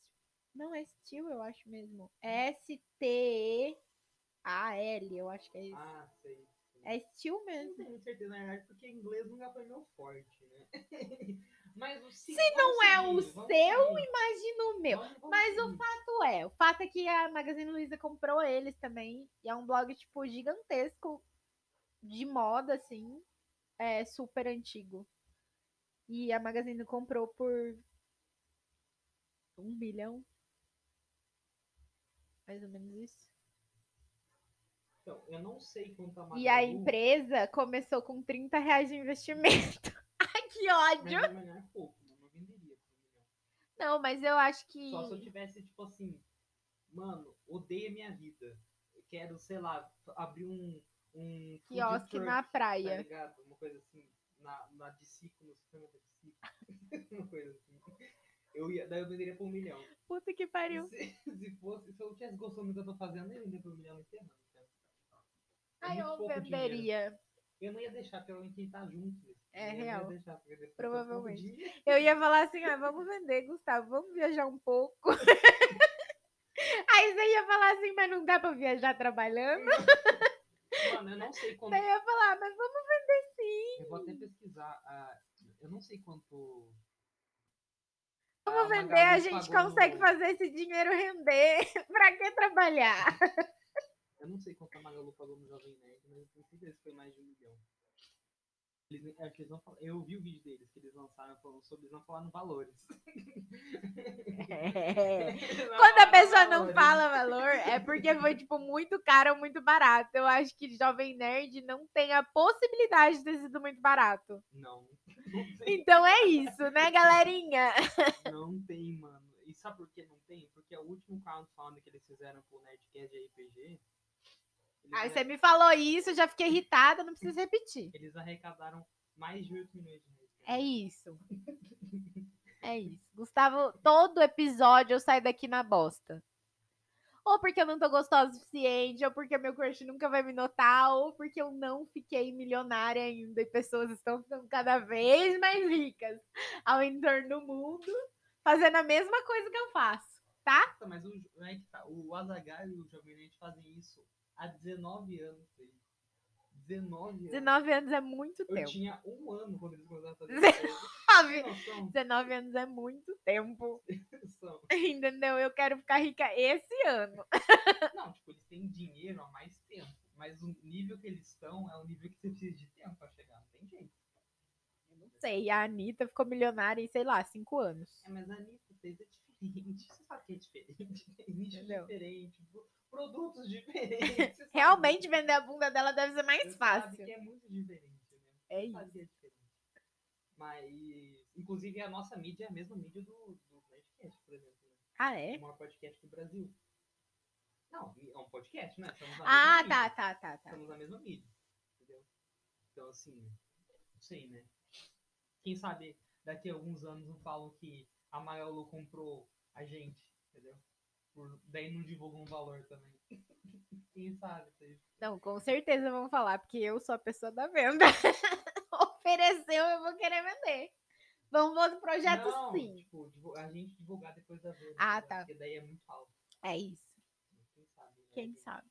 Não é estilo, eu acho mesmo. É S-T-E-A-L, eu acho que é isso.
Ah, sei.
É estilo
Não
mesmo.
tenho certeza, na verdade, porque inglês nunca foi meu forte, né? <laughs> Mas o Se
não é o seu, Imagina o meu. Mas o fato é, o fato é que a Magazine Luiza comprou eles também. E é um blog, tipo, gigantesco de moda, assim. É super antigo. E a Magazine comprou por um bilhão. Mais ou menos isso.
Então, eu não sei quanto a
E a
Magalu-
empresa começou com 30 reais de investimento. <laughs> Ai, que ódio!
Mas, mas é pouco, né? eu não venderia por um milhão.
Não, mas eu acho que.
Só se eu tivesse, tipo assim, mano, odeia minha vida. Eu quero, sei lá, abrir um. um food
Quiosque na
truck, Tá
praia.
ligado? Uma coisa assim, na, na DC, no sistema da DC. <laughs> Uma coisa assim. Eu ia, daí eu venderia por um milhão.
Puta que pariu.
Se, se fosse, se eu tivesse gostado do que eu tô fazendo, eu ia por um milhão enterrando, cara. É
Ai,
muito
eu
pouco dinheiro.
venderia.
Eu não ia deixar, pelo menos quem tá junto.
É
eu não
real.
Ia deixar, porque depois eu
Provavelmente.
confundi.
Eu ia falar assim, ah, vamos vender, Gustavo, vamos viajar um pouco. <laughs> Aí você ia falar assim, mas não dá pra viajar trabalhando.
<laughs> Mano, eu não sei quando.
Você ia falar, mas vamos.
Eu vou até pesquisar. ah, eu não sei quanto.
Vamos
a
vender, a
Magalu
gente
pagou
consegue
no-
fazer esse dinheiro render. <laughs> pra
<laughs>
que trabalhar?
Eu não sei quanto a Magalu pagou no Jovem Nerd, mas eu tenho certeza que foi mais de um milhão. Eles, nem- acho que eles não falam- eu vi o vídeo deles que eles lançaram falando sobre, eles não falaram valores.
<laughs>
É.
Quando a pessoa não fala valor, é porque foi, tipo, muito caro ou muito barato. Eu acho que Jovem Nerd não tem a possibilidade de ter sido muito barato.
Não. Não tem,
Então é isso, né, galerinha?
não tem, mano. E sabe por que não tem? Porque é o último crowdfunding que eles fizeram pro Nerdcast de RPG. Eles,
Aí
arre-
você me falou Ah, isso, eu já fiquei irritada, não precisa repetir.
eles arrecadaram mais de 8 milhões de reais.
É isso. É isso. Gustavo, todo episódio eu saio daqui na bosta. Ou porque eu não tô gostosa o suficiente, ou porque meu crush nunca vai me notar, ou porque eu não fiquei milionária ainda e pessoas estão ficando cada vez mais ricas ao entorno do mundo, fazendo a mesma coisa que eu faço.
Tá, mas o, Jo- é que tá, o Azaghal e o Jovem Nerd fazem isso há 19 anos. Aí. 19 anos.
19 anos é muito
Eu
tempo.
tinha um ano quando eles começaram a fazer isso. Tem noção?
19 anos é muito tempo. <laughs>
Tem noção?
Entendeu? Eu quero ficar rica esse ano.
Não, tipo, eles têm dinheiro há mais tempo. Mas o nível que eles estão é um nível que você precisa de tempo pra chegar. Não tem jeito. Eu não
Sei, a Anitta ficou milionária em, sei lá, 5 anos.
É, mas a Anitta fez é diferente. Você sabe que é diferente. Tem nicho
Entendeu?
diferente. pro- Produtos diferentes. você sabe.
Realmente vender a bunda dela deve ser
né? Você
mais
sabe
fácil.
que é muito diferente, né?
É
Não
isso.
fazia diferente. Mas, inclusive, a nossa mídia é a mesma mídia do, do podcast, por exemplo. né?
Ah,
O
é?
maior podcast do Brasil. Não, é um podcast, né? Estamos na
Ah,
mesma
tá,
mídia.
tá, tá, tá.
Estamos na mesma mídia, entendeu? Então, assim, não sei, né? Quem sabe daqui a alguns anos não falam que a Magalu comprou a gente, entendeu? Por, daí não divulgam o valor também. <laughs> Quem sabe, tá aí.
Não, com certeza vão falar, porque eu sou a pessoa da venda. <laughs> Ofereceu, eu vou querer vender. Vamos para o projeto
Não,
sim.
Tipo, divu- a gente divulgar depois da venda.
é Ah,
entendeu?
tá.
Porque daí é muito alto.
É isso.
Quem sabe? né?
Quem sabe?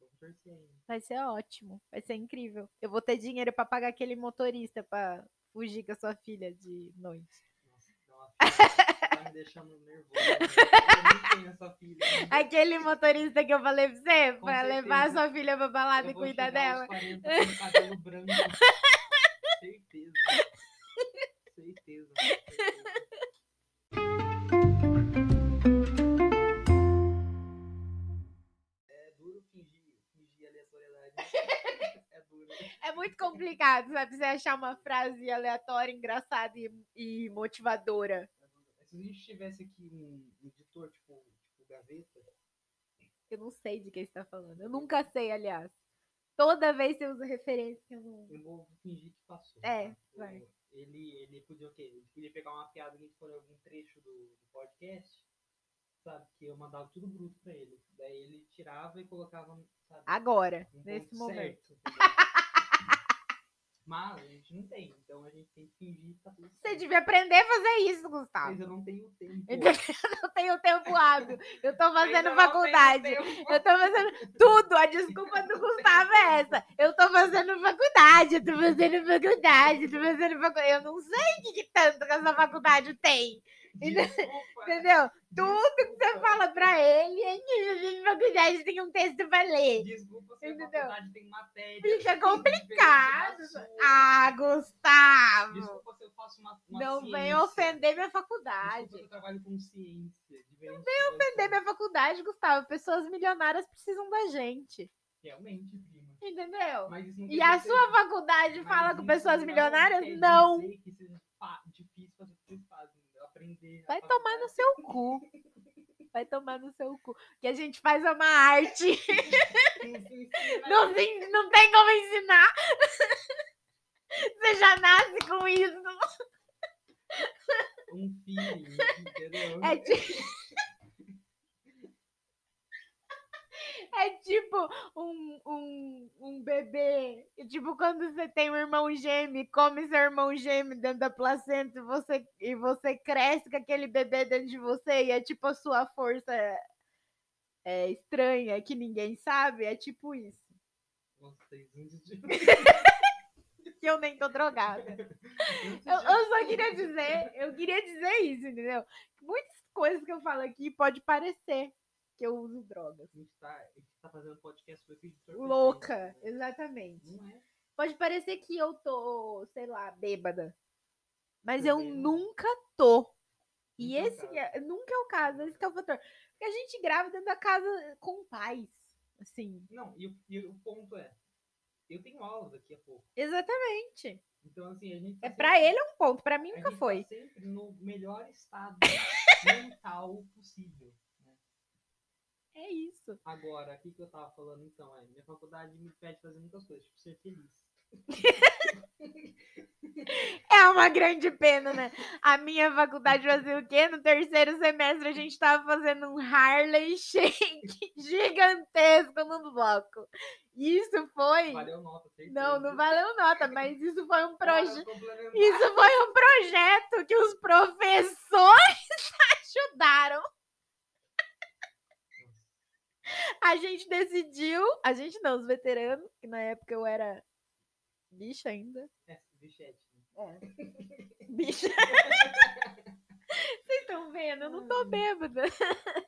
Vamos torcer aí.
Vai ser ótimo. Vai ser incrível. Eu vou ter dinheiro para pagar aquele motorista para fugir com a sua filha de noite.
Nossa, dá uma filha. tá me deixando nervoso. né? Eu nem tenho essa filha. né? ainda.
Aquele motorista que eu falei pra você,
Com
para levar a
certeza.
sua filha pra balada
Eu
e
vou
cuidar
chegar
dela.
aos 40 com o cabelo branco. Certeza. Certeza. certeza. É duro fingir, fingir aleatoriedade.
engraçado, sabe? Você achar uma frase aleatória, engraçada e, e motivadora.
Se a gente tivesse aqui um editor, tipo, tipo gaveta,
Eu não sei de quem você tá falando. Eu nunca sei, aliás. Toda vez você usa referência. eu não-
eu vou fingir que passou.
É,
tá?
vai.
Eu- Ele, ele podia o quê? Ele podia pegar uma piada que foi em algum trecho do, do podcast, sabe? Que eu mandava tudo bruto pra ele. Daí ele tirava e colocava, sabe?
Agora,
um
Ah, nesse
ponto
momento.
certo,
<laughs>
entendeu? Mas a gente não tem, então a gente tem que fingir que tá tudo
Você
certo.
devia aprender a fazer isso, Gustavo.
Mas eu não tenho tempo.
Entendeu? <laughs> Eu não tenho tempo hábil. Eu
Mas
tô
eu
fazendo
é. não
faculdade.
tenho
Eu tô fazendo tudo. A desculpa do Gustavo é essa. Eu tô fazendo faculdade, eu tô fazendo faculdade, eu tô fazendo faculdade. Eu não sei o que, que tanto que essa faculdade tem.
Desculpa.
Entendeu? Tudo que você
desculpa.
fala pra ele é que eu fazendo faculdade tem um texto pra ler.
Desculpa se
Entendeu?
a faculdade tem matéria.
Fica
diferente da
complicado.
sua.
Ah, Gustavo!
Desculpa se eu faço uma, uma
Não
ciência.
vem ofender minha
Desculpa
faculdade.
se eu trabalho com ciência. Não vem
Ofender minha faculdade, Gustavo. Pessoas milionárias precisam da gente.
Realmente, prima.
Entendeu?
Mas isso não
E
quer
a
dizer-
sua faculdade
mas
fala com
isso
pessoas
não
milionárias?
quer
Não.
dizer que seja fa- difícil fazer o que vocês fazem. né? Aprender. a
Vai tomar
<laughs> faculdade.
no seu cu. Vai tomar no seu cu. Que a gente faz uma arte.
<laughs> Não se ensina
<laughs> Não, se- não tem como ensinar. Você já nasce com isso.
Um feeling, entendeu?
É tipo. <laughs> É tipo um, um, um bebê. É tipo quando você tem um irmão gêmeo, e come seu irmão gêmeo dentro da placenta e você, e você cresce com aquele bebê dentro de você e é tipo a sua força é, estranha que ninguém sabe. É tipo isso.
Nossa, vocês antes de-
Que eu nem tô drogada.
antes
Eu,
de-
eu só
tá,
queria dizer, eu queria dizer isso, entendeu? Muitas coisas que eu falo aqui pode parecer que eu uso drogas.
A gente tá, a gente tá fazendo podcast com o editor.
Louca,
perfeito, né?
exatamente.
Não é.
Pode parecer que eu tô, sei lá, bêbada. Mas eu
Também não.
nunca tô. E
Nunca é o
esse é- nunca é o caso, esse que é o fator. Porque a gente grava dentro da casa com paz. Assim.
Não, e, o- e o ponto é: eu tenho aula daqui a pouco.
Exatamente.
Então, assim, a gente. tá
É
sempre-
pra ele é um ponto, pra mim
a
nunca
gente
foi.
Tá sempre no melhor estado
<laughs>
mental possível.
É isso.
Agora, o que, que eu tava falando então? É, minha faculdade me pede fazer muitas coisas, tipo, ser feliz.
É uma grande pena, né? A minha faculdade fazia o quê? No terceiro semestre a gente tava fazendo um Harley <laughs> Shake gigantesco no bloco. Isso foi.
Valeu nota, certeza.
Não, não valeu nota, mas isso foi um projeto.
Hora complementar.
Isso foi um projeto que os professores <laughs> ajudaram. A gente decidiu, a gente não, os veteranos, que na época eu era bicha ainda.
<laughs> É, bichete. né?
Bicha. Vocês estão vendo? Eu não tô bêbada.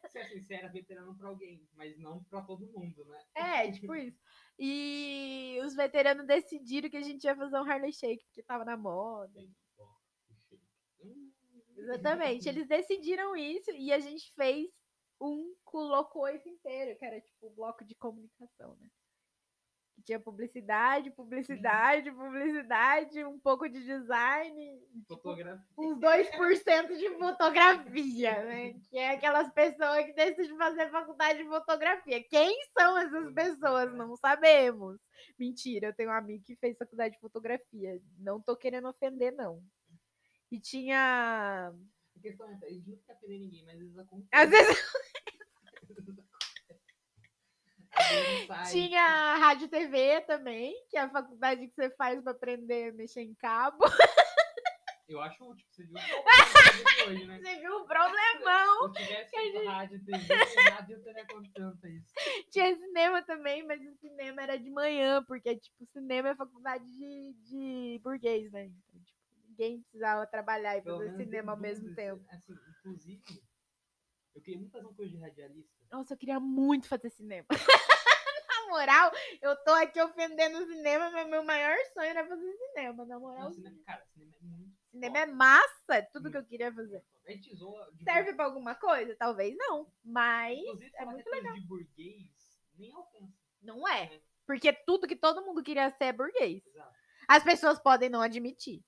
Você é sincera, veterano pra alguém, mas não pra todo mundo, né?
É, tipo isso. E os veteranos decidiram que a gente ia fazer um Harley Shake, porque tava na moda.
Hum.
Exatamente. Eles decidiram isso e a gente fez um colocou isso inteiro, que era tipo o bloco de comunicação, né? Que tinha publicidade, publicidade, publicidade, um pouco de design,
<laughs> Fotografia.
uns 2% de fotografia, né? Que é aquelas pessoas que decidem fazer faculdade de fotografia. Quem são essas pessoas? Não sabemos. Mentira, eu tenho um amigo que fez faculdade de fotografia. Não tô querendo ofender, não. E tinha
A questão é, essa, eles não querem perder ninguém, mas eles acontecem.
Às vezes
Às vezes sai.
tinha a rádio e TV também, que é a faculdade que você faz pra aprender a mexer em cabo.
Eu acho útil, você viu? o que Hoje, né?
Você viu o problemão?
Se eu tivesse ido rádio, TV, nada eu teria acontecido isso.
Tinha cinema também, mas o cinema era de manhã, porque, tipo, cinema é faculdade de, de burguês, né? Então, tipo, ninguém precisava trabalhar e
Pelo
fazer
menos tem
cinema ao
duas,
mesmo tempo.
Assim, inclusive, eu queria muito fazer um curso de radialista.
Nossa, eu queria muito fazer cinema. <laughs> na moral, eu tô aqui ofendendo o cinema, mas meu maior sonho era fazer cinema. Na moral,
Não, cinema, cara, cinema é muito.
cinema é massa, é tudo que eu queria fazer.
A gente zoa de
Serve pra alguma coisa? Talvez não, mas
Inclusive,
é
falar
muito
que coisa de burguês nem alcança.
não é.
É.
Porque tudo que todo mundo queria ser é burguês.
Exato.
As pessoas podem não admitir,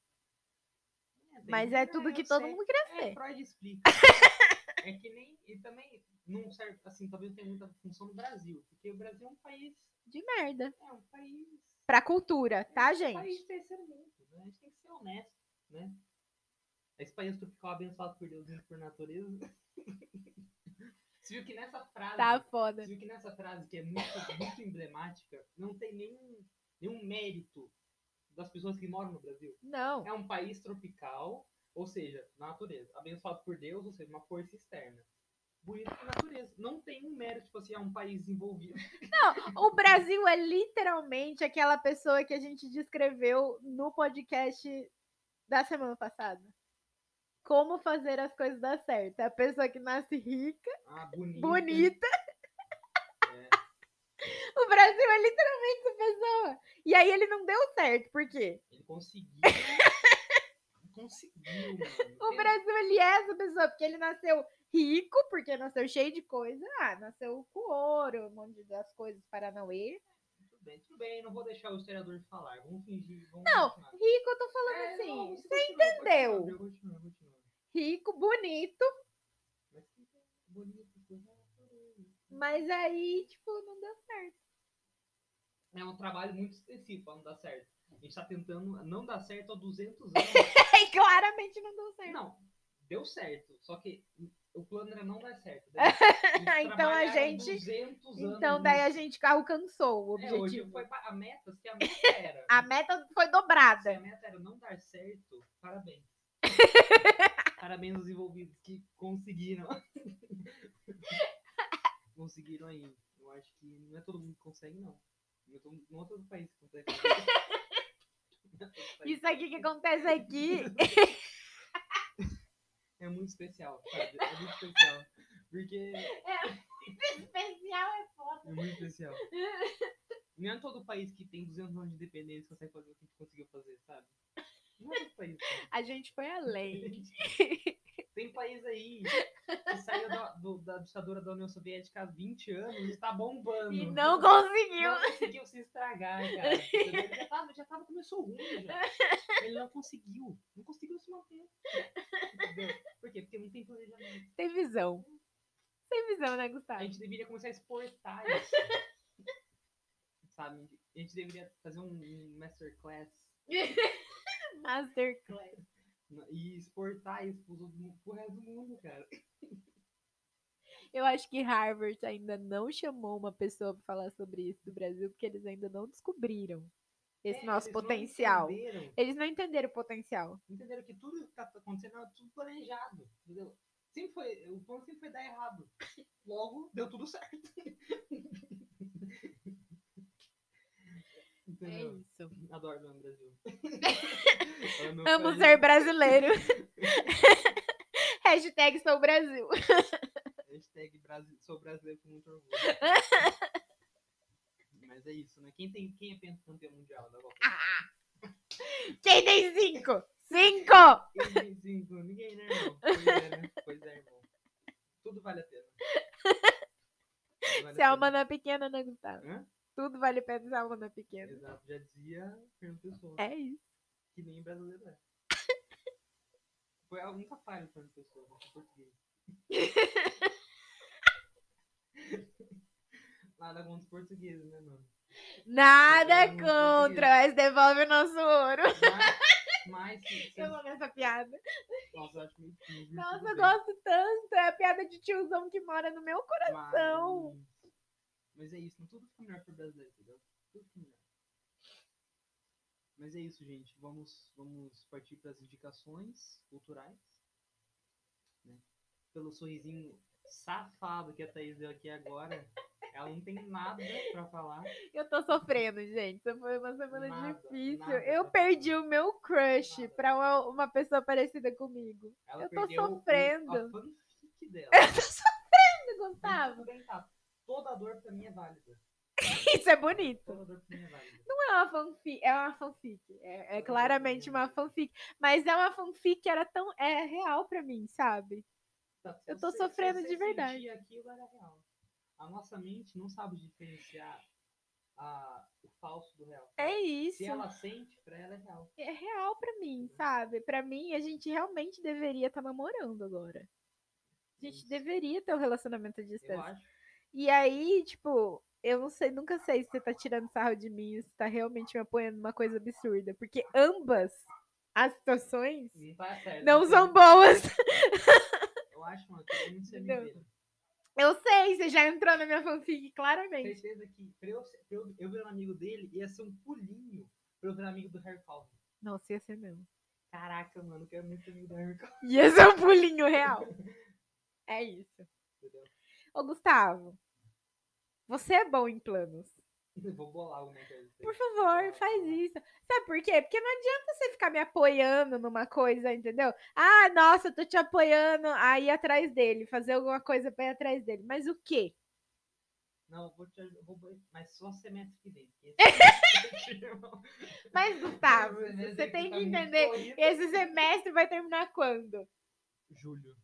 É, tem
mas
que-
é
Ah,
tudo
eu
que todo
sei.
mundo queria
É,
ser.
Freud
<laughs>
explica. é que nem. E também não serve. Assim, talvez não tenha muita função no Brasil. Porque o Brasil é um país.
De merda.
É um país.
Pra cultura, tá,
é um país
gente?
de terceiro mundo. Né? A gente tem que ser honesto, né? É Esse país tropical abençoado por Deus e por natureza. <laughs> Você viu que nessa frase.
Tá foda.
Você viu que nessa frase, que é muito, muito emblemática, não tem nenhum, nenhum mérito das pessoas que moram no Brasil.
Não.
É um país tropical, ou seja, natureza. Abençoado por Deus, ou seja, uma força externa. Bonito por natureza. Não tem um mérito, tipo assim, é um país desenvolvido.
O Brasil é literalmente aquela pessoa que a gente descreveu no podcast da semana passada. Como fazer as coisas dar certo. É a pessoa que nasce rica,
Ah, bonito.
bonita.
É.
<laughs> O Brasil é literalmente essa pessoa. E aí ele não deu certo, por quê?
Ele conseguiu. conseguiu, mano.
<laughs> O
Tem-
Brasil ele é essa pessoa, porque ele nasceu rico, porque nasceu cheio de coisa. Ah, nasceu com ouro, um monte das coisas, Paranauê.
Tudo bem, tudo bem, não vou deixar o historiador falar. Vamos fingir. Vamos
Não,
continuar.
Rico, eu tô falando
É,
assim.
não, você continua,
entendeu.
continua, continua, continua.
Rico, bonito.
Mas que bonito, que bonito.
Mas aí, tipo, não <laughs> deu certo.
É um trabalho muito extensivo pra não dar certo. A gente tá tentando não dar certo há 200 anos.
<laughs> Aí É, claramente não deu certo.
não, deu certo. Só que o plano era não dar
<laughs>
certo. Daí eles
Então a
trabalharam
gente-
200 anos
então daí a
nisso.
gente carro cansou o
É, hoje
objetivo.
foi pa- a meta, se a meta era.
<laughs> A meta foi
se é a
dobrada.
meta era não dar certo, parabéns. parabéns aos envolvidos que conseguiram. conseguiram aí. Eu acho que não é todo mundo que consegue, não. Não é todo, não é todo país que consegue. Não é todo país.
Isso aqui que acontece <laughs> aqui
É muito especial, sabe? É muito especial. Porque
especial é foda.
é muito especial. Não é todo país que tem 200 anos de independência que consegue fazer o que a gente conseguiu fazer, sabe? Não é todo país. cara.
A gente foi além. <laughs>
Tem país aí que saiu da, do- da ditadura da União Soviética há 20 anos e tá bombando.
E não conseguiu.
Não conseguiu se estragar, cara. entendeu? Ele já tava, já tava, começou ruim
<laughs>
já. Ele não conseguiu. Não conseguiu se manter. Entendeu? Por quê? Porque não tem planejamento.
Tem visão. Tem visão, né,
A
Gustavo?
gente deveria começar a exportar isso. Sabe? A gente deveria fazer um- um masterclass
Masterclass.
na- e exportar isso pro, todo mundo- pro resto do mundo, cara.
Eu acho que Harvard ainda não chamou uma pessoa pra falar sobre isso do Brasil, porque eles ainda não descobriram esse
É,
nosso
eles não
potencial.
entenderam,
Eles não entenderam o potencial.
entenderam que tudo que tá acontecendo era tudo planejado. Entendeu? Sempre foi, o plano sempre foi dar errado. Logo, deu tudo certo. <laughs>
É
Entendeu?
isso.
Adoro meu Brasil.
<laughs>
É o meu
Amo
país.
ser brasileiro. Hashtag sou Brasil.
Hashtag Brasi- sou brasileiro com muito
<laughs>
orgulho. Mas é isso, né? Quem, tem, quem é pen- campeão mundial da Copa?
Quem tem cinco? Cinco!
Quem tem cinco? Ninguém, né, irmão? Pois é, né? Pois é, irmão. Tudo vale a pena. Tudo vale
Se a
a
alma não é pequena, né, Gustavo?
Hã?
Tudo vale a pena se a alma não é pequena.
Exato, já dizia Fernando Pessoa,
É isso.
que nem brasileiro
<laughs>
é. Foi a única falha do Fernando Pessoa, mas em
<laughs>
português. Nada contra os portugueses, né, mano?
<laughs> Nada
Não, não
contra, mas devolve o nosso ouro.
Mas, mas se, se,
Eu amo essa piada.
Nossa, eu acho meio difícil.
Nossa, eu gosto tanto. É a piada de tiozão que mora no meu coração.
coração. Mas, mas é isso, tudo fica melhor pro brasileiro, entendeu? Tudo fica melhor. Mas é isso, gente. Vamos, vamos partir para as indicações culturais. né? Pelo sorrisinho safado que a Thaís deu aqui agora. Ela não tem nada pra falar.
Eu tô sofrendo, gente. Isso foi uma semana
Nada,
difícil.
nada
eu
pra
perdi o meu crush
Nada.
pra uma, uma pessoa parecida comigo.
Ela
Eu tô
perdeu o- a
sofrendo.
fanfic
<laughs>
dela. Mas
Gustavo,
tudo bem, tá? Toda dor pra mim é válida.
<laughs> isso é bonito.
Toda dor pra mim é válida.
é uma fanfic, é uma fanfic. É, é claramente uma fanfic. Mas é uma fanfic que era tão. É real pra mim, sabe?
Tá, se
Eu tô
se
sofrendo
você é
de verdade.
sentia Aquilo era real. A nossa mente não sabe diferenciar a, o falso do real.
É isso.
Se ela sente, pra ela é real.
É real pra mim, sabe? Pra mim, a gente realmente deveria estar namorando agora. A gente
Isso.
deveria ter um relacionamento à
Eu
distância.
acho.
E aí, tipo, eu não sei, nunca sei se você tá tirando sarro de mim, se tá realmente me apoiando numa coisa absurda. Porque ambas as situações
Não tá certo.
não
tem-
são boas.
Eu acho, mano, que é muito ser
Não.
mineiro.
Eu sei, você já entrou na minha fanfic, claramente.
Certeza que pra eu, ser- pra eu, eu virar amigo dele ia ser um pulinho pra eu virar amigo do Harry Potter.
Nossa, ia ser mesmo.
Caraca, mano, eu quero muito ser amigo do Harry Potter. <laughs>
Ia ser um pulinho real. É isso.
<laughs> Entendeu?
Ô, Gustavo, você é bom em planos.
Eu vou bolar alguma coisa.
Por favor, faz isso. Sabe por quê? Porque não adianta você ficar me apoiando numa coisa, entendeu? Ah, nossa, eu tô te apoiando a ir atrás dele, fazer alguma coisa pra ir atrás dele. Mas o quê?
Não, eu vou te ajudar. vou- Mas só semestre que vem.
<laughs>
porque <laughs> esse-
Mas, Gustavo,
Esse semestre
você
aqui
tem
tá
que
muito
entender.
corrido.
Esse semestre vai terminar quando?
Julho.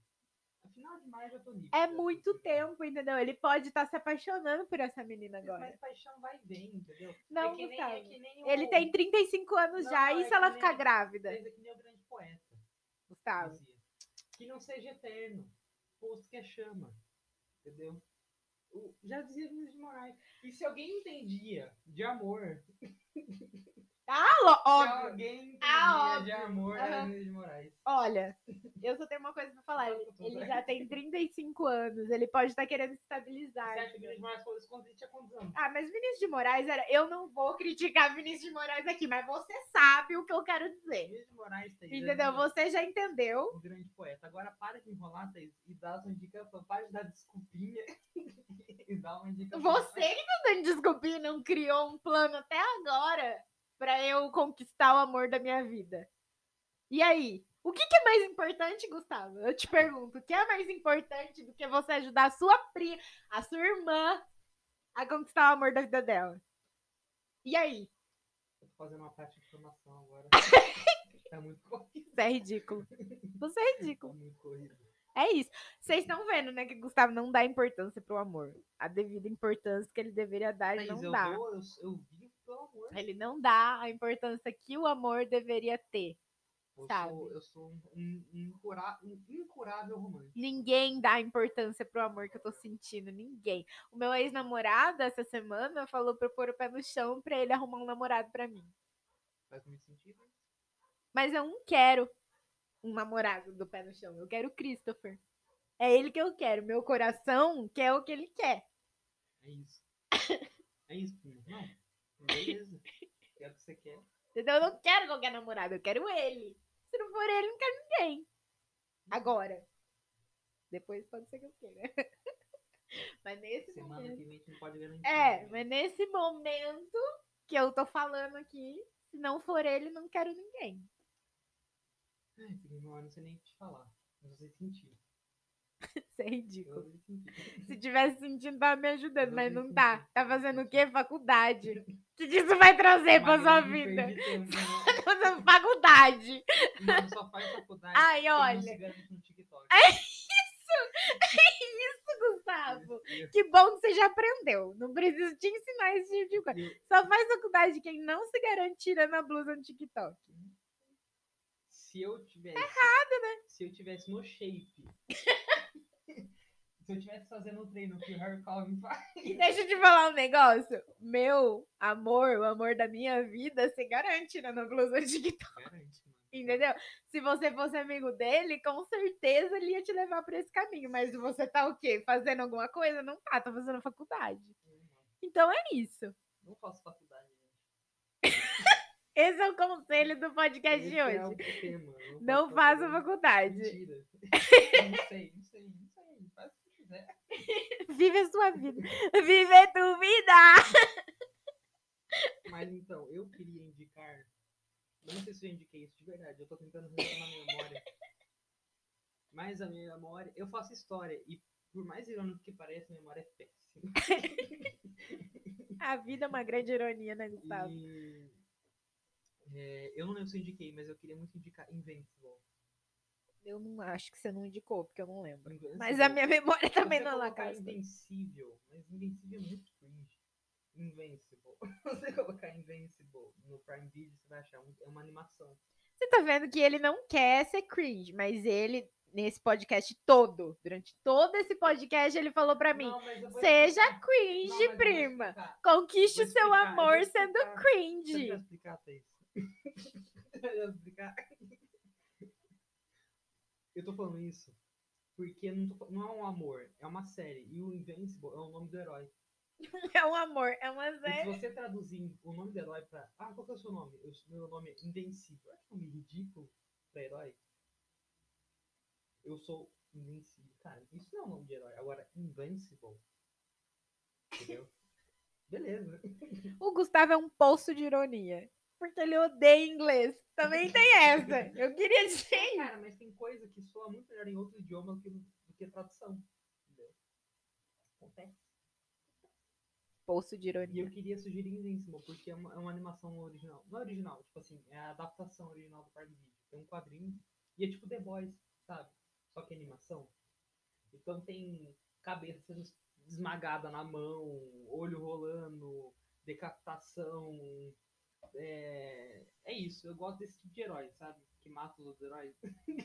Afinal de maio eu já tô livre.
É
já tô
muito
livre.
tempo, entendeu? Ele pode estar se apaixonando por essa menina agora.
Mas paixão vai e vem, entendeu?
Não,
é que nem,
Gustavo.
é que nem o-
Ele tem 35 anos
Não,
já,
é
e se
que
ela
nem-
ficar grávida,
É que nem o grande poeta.
Gustavo?
dizia. Que não seja eterno. Posto que é chama. Entendeu? O- já dizia Luiz de Moraes. E se alguém entendia de amor,
Ah, lo-
se
óbvio.
alguém entendia
Ah,
de amor, era
Aham.
Luiz de Moraes.
Olha, eu só tenho uma coisa pra falar. Ele, ele já tem 35 anos, ele pode estar querendo se estabilizar.
Você acha que o
entendeu?
Luiz de Moraes falou isso quando ele tinha quantos anos?
Ah, mas Vinícius de Moraes era. Eu não vou criticar Vinícius de Moraes aqui, mas você sabe o que eu quero dizer.
Luiz de Moraes tá aí, já
Entendeu?
dizia
Você já entendeu.
Um grande poeta. Agora para de enrolar, Thaís, e dá uma dica, para de dar desculpinha <laughs> e dá uma dica.
Você que tá dando desculpinha e não criou um plano até agora pra eu conquistar o amor da minha vida. E aí? O que, que é mais importante, Gustavo? Eu te pergunto, o que é mais importante do que você ajudar a sua prima, a sua irmã, a conquistar o amor da vida dela? E aí?
Eu tô fazendo uma prática de formação agora.
<laughs>
tá muito corrido.
Você é ridículo. Você é ridículo.
Tá muito corrido.
É isso. Vocês estão vendo, né, que Gustavo não dá importância pro amor. A devida importância que ele deveria dar, ele
Thaís,
não
eu,
dá.
dou, eu, eu vivo pelo amor.
Ele não dá a importância que o amor deveria ter.
Eu
sabe.
sou, eu sou um, um, incura- um incurável romântico.
Ninguém dá importância pro amor que eu tô sentindo, ninguém. O meu ex-namorado, essa semana, falou pra eu pôr o pé no chão pra ele arrumar um namorado pra mim.
Faz muito sentido. né?
Mas eu não quero um namorado do pé no chão. Eu quero o Christopher. É ele que eu quero. Meu coração quer o que ele quer.
É
<laughs>
isso. É isso, primo. Não. Beleza. É o que você quer.
Entendeu? Eu não quero qualquer namorado, eu quero ele. Se não for ele, eu não quero ninguém. Agora. Depois pode ser que eu queira. <laughs> Mas nesse
Semana
momento.
que vem a gente não pode garantir.
É,
né?
mas nesse momento que eu tô falando aqui, se não for ele, não quero ninguém. <laughs>
Ai, primo, eu não sei nem o que te falar. Não sei sentir.
Isso
Eu
é
não
ridículo.
sei sentir.
Se tivesse sentindo, tava me ajudando,
Eu
mas
não
não tá.
senti.
Tá fazendo o quê? Faculdade. O que que isso vai trazer pra
Mas
sua
eu não
vida?
perdi tempo, né?
<laughs> Tá fazendo faculdade.
Mano, só faz faculdade.
Ai,
quem não
olha. É,
se garante no TikTok.
Gustavo.
Eu-
Que bom que você já aprendeu. Não preciso te ensinar esse tipo de coisa.
eu-
Só faz faculdade quem não se garante tirando a blusa no TikTok.
Se eu
tá
tivesse. Errado, né? Se eu tivesse no
<laughs>
shape. se eu tivesse fazendo o treino que o Harry Collins
<laughs>
faz.
E deixa eu te falar um negócio. Meu amor, o amor da minha vida, se garante tirando a blusa no TikTok.
Garante, mano.
Entendeu? Se você fosse amigo dele, com certeza ele ia te levar pra esse caminho. Mas você tá o quê? Fazendo alguma coisa? Não tá, tá fazendo faculdade. Então é isso.
Não faço faculdade. né? gente.
Esse é o conselho do podcast
Esse
de
é
hoje.
o tema, eu
Não faça faculdade. <laughs>
Mentira. não sei, não sei, não sei. Faz o que quiser.
Vive a sua vida. Vive a tua vida!
Mas então, eu queria indicar. eu Não sei se eu indiquei isso de verdade, eu tô tentando rever na memória. Mas a minha memória. Eu faço história, e por mais irônico que pareça, a memória é péssima.
<laughs> A vida é uma grande ironia, né, Gustavo?
E, é, eu não lembro se eu indiquei, mas eu queria muito indicar Invincible.
Eu não acho que você não indicou, porque eu não lembro.
Invincible.
Mas a minha memória
Se
também
é. você
não é lá,
colocar
cara.
Invencível, mas Invencível é muito cringe. Invincible. <laughs> Se você colocar Invincible no Prime Video, você vai achar um- é uma animação.
Você tá vendo que ele não quer ser cringe, mas ele, nesse podcast todo, durante todo esse podcast, ele falou pra mim:
Não, mas eu vou
seja
explicar. Não, mas eu
cringe,
vou
prima.
explicar.
Conquiste
Vou
o seu
explicar, eu vou
amor sendo
explicar. Você
cringe. <laughs>
vai explicar, Thaís? <laughs> Você vai explicar? Eu tô falando isso porque não, tô fa- não é um amor, é uma série. E o Invincible é o nome do herói.
É um amor, é uma
E se
zé.
você traduzir o nome do herói pra. Ah, qual que é o seu nome? Eu, meu nome é Invencível. Olha que nome ridículo pra herói. Eu sou Invencível. Cara, isso não é um nome de herói. Agora, Invincible. Entendeu? <laughs> Beleza.
O Gustavo é um poço de ironia. Porque ele odeia inglês. Também tem essa. Eu queria dizer.
Cara, mas tem coisa que soa muito melhor em outro idioma do que, do que tradução. Entendeu? Acontece.
<laughs> Poço de
E
ironia.
eu queria sugerir Invincible, porque é uma, é uma animação original. Não é original, tipo assim, é a adaptação original do Prime Video. Tem um quadrinho e é tipo The Boys, sabe? Só que é animação. Então tem cabeça sendo esmagada na mão, olho rolando, decapitação. É, é isso, eu gosto desse tipo de herói, sabe? Que mata os outros heróis.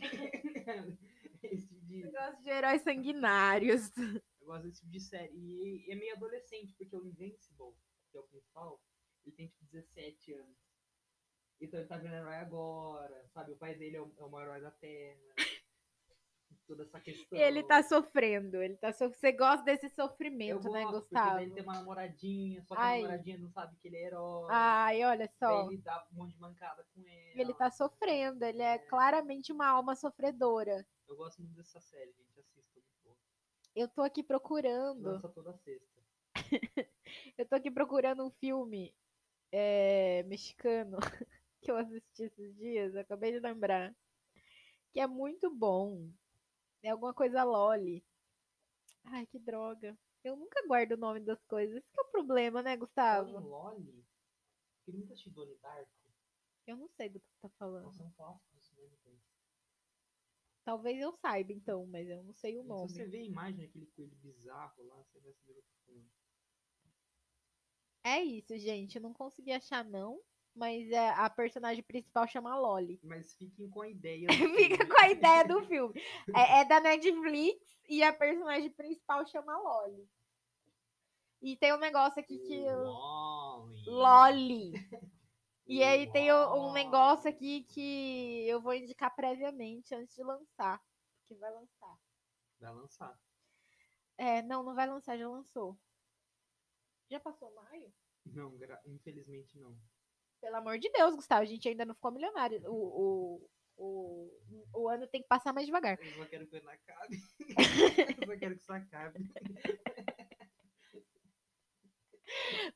<laughs> Esse tipo de...
Eu gosto de heróis sanguinários.
Eu gosto desse tipo de série. E é meio adolescente, porque o Invincible, que é o principal, ele tem tipo 17 anos. Então ele tá vendo herói agora, sabe? O pai dele é o, é o maior herói da Terra. Toda essa questão.
Ele tá sofrendo. Ele tá so... Você gosta desse
Eu
sofrimento,
gosto,
né,
porque daí ele
Gustavo?
tem uma namoradinha, só que
Ai.
a namoradinha não sabe que ele é herói.
Ai, olha
daí
só.
ele dá um monte de mancada com ele.
Ele tá sofrendo. Ele é claramente uma alma sofredora.
Eu gosto muito dessa série, gente. Assista muito boa.
Eu tô aqui procurando.
Lança toda sexta.
Eu tô aqui procurando um filme eh, mexicano <laughs> que eu assisti esses dias, eu acabei de lembrar. Que é muito bom. É alguma coisa Loli. Ai, que droga. Eu nunca guardo o nome das coisas. Esse que é o problema, né,
Olha,
Gustavo?
Loli, ele nunca te Donnie Darko.
Eu não sei do que tu tá falando.
Nossa, é um clássico do cinema, gente.
Talvez eu saiba, então, mas eu não sei o
Se você
nome.
vê a imagem daquele coelho bizarro lá, você vai saber o que eu tô falando.
É isso, gente. Eu não consegui achar, não. Mas é, a personagem principal chama Loli. <laughs>
Mas fiquem com a ideia. do
Fica
filme.
com a ideia do filme. É, é da Netflix e a personagem principal chama Loli. E tem um negócio aqui que. eu-
Loli.
Loli. E aí tem o- um negócio aqui que eu vou indicar previamente antes de lançar. Que vai lançar.
Vai lançar.
É, não, não vai lançar, já lançou. Já passou maio?
Não, gra- infelizmente não.
Pelo amor de Deus, Gustavo, a gente ainda não ficou milionário. O, o, o, o ano tem que passar mais devagar.
Eu só quero que ele
<laughs>
acabe. eu só quero que isso acabe.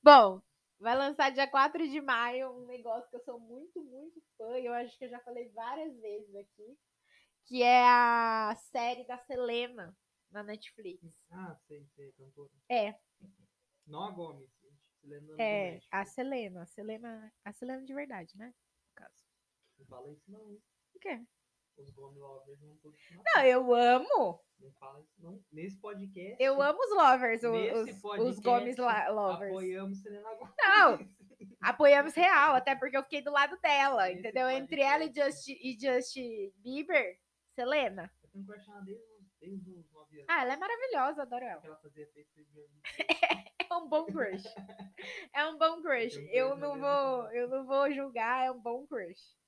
Bom, vai lançar dia 4 de maio um negócio que eu sou muito, muito fã, e eu acho que eu já falei várias vezes aqui, que é a série da Selena na Netflix.
Ah, sei, sei, cantora.
É.
Noa Gomes, gente. Se lembra do
É,
México.
a Selena, a Selena, a Selena de verdade, né? No caso.
Não fala isso não.
O quê?
Os Gomes Lovers não podem.
Não, eu amo,
Não fala isso não. Nesse podcast.
eu amo os lovers, o-
Nesse
os, os
podcast,
Gomes la- lovers.
Apoiamos Selena Gomes.
Não, apoiamos real, até porque eu fiquei do lado dela,
Nesse
entendeu? Entre ela e Justin, e Justin Bieber, Selena.
Eu tenho crush nela desde, os- desde os 9 anos.
Ah, ela é maravilhosa, adoro ela.
que ela fazia efeito de violino.
É um bom crush. É um bom crush. né?
Tem um
Eu
crush na
não
mesma
vou, eu não vou julgar, é um bom crush.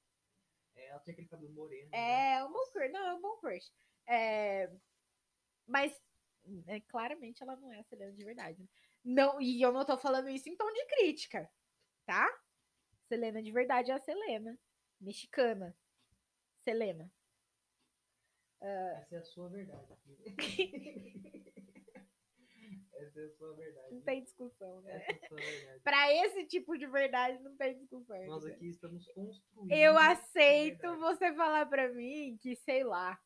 É, ela tinha aquele cabelo moreno. né?
É um bom crush. Não, é um bom crush. É, mas é, claramente ela não é a Selena de verdade. né? Não, e eu não tô falando isso em tom de crítica, tá? Selena de verdade é a Selena. Mexicana. Selena.
Essa é a sua verdade.
<laughs>
Essa é a sua verdade.
Não tem discussão, né?
Essa é a sua verdade.
Pra esse tipo de verdade, não tem discussão.
Nós
né?
aqui estamos construindo.
Eu aceito
né? verdade.
você falar pra mim que, sei lá.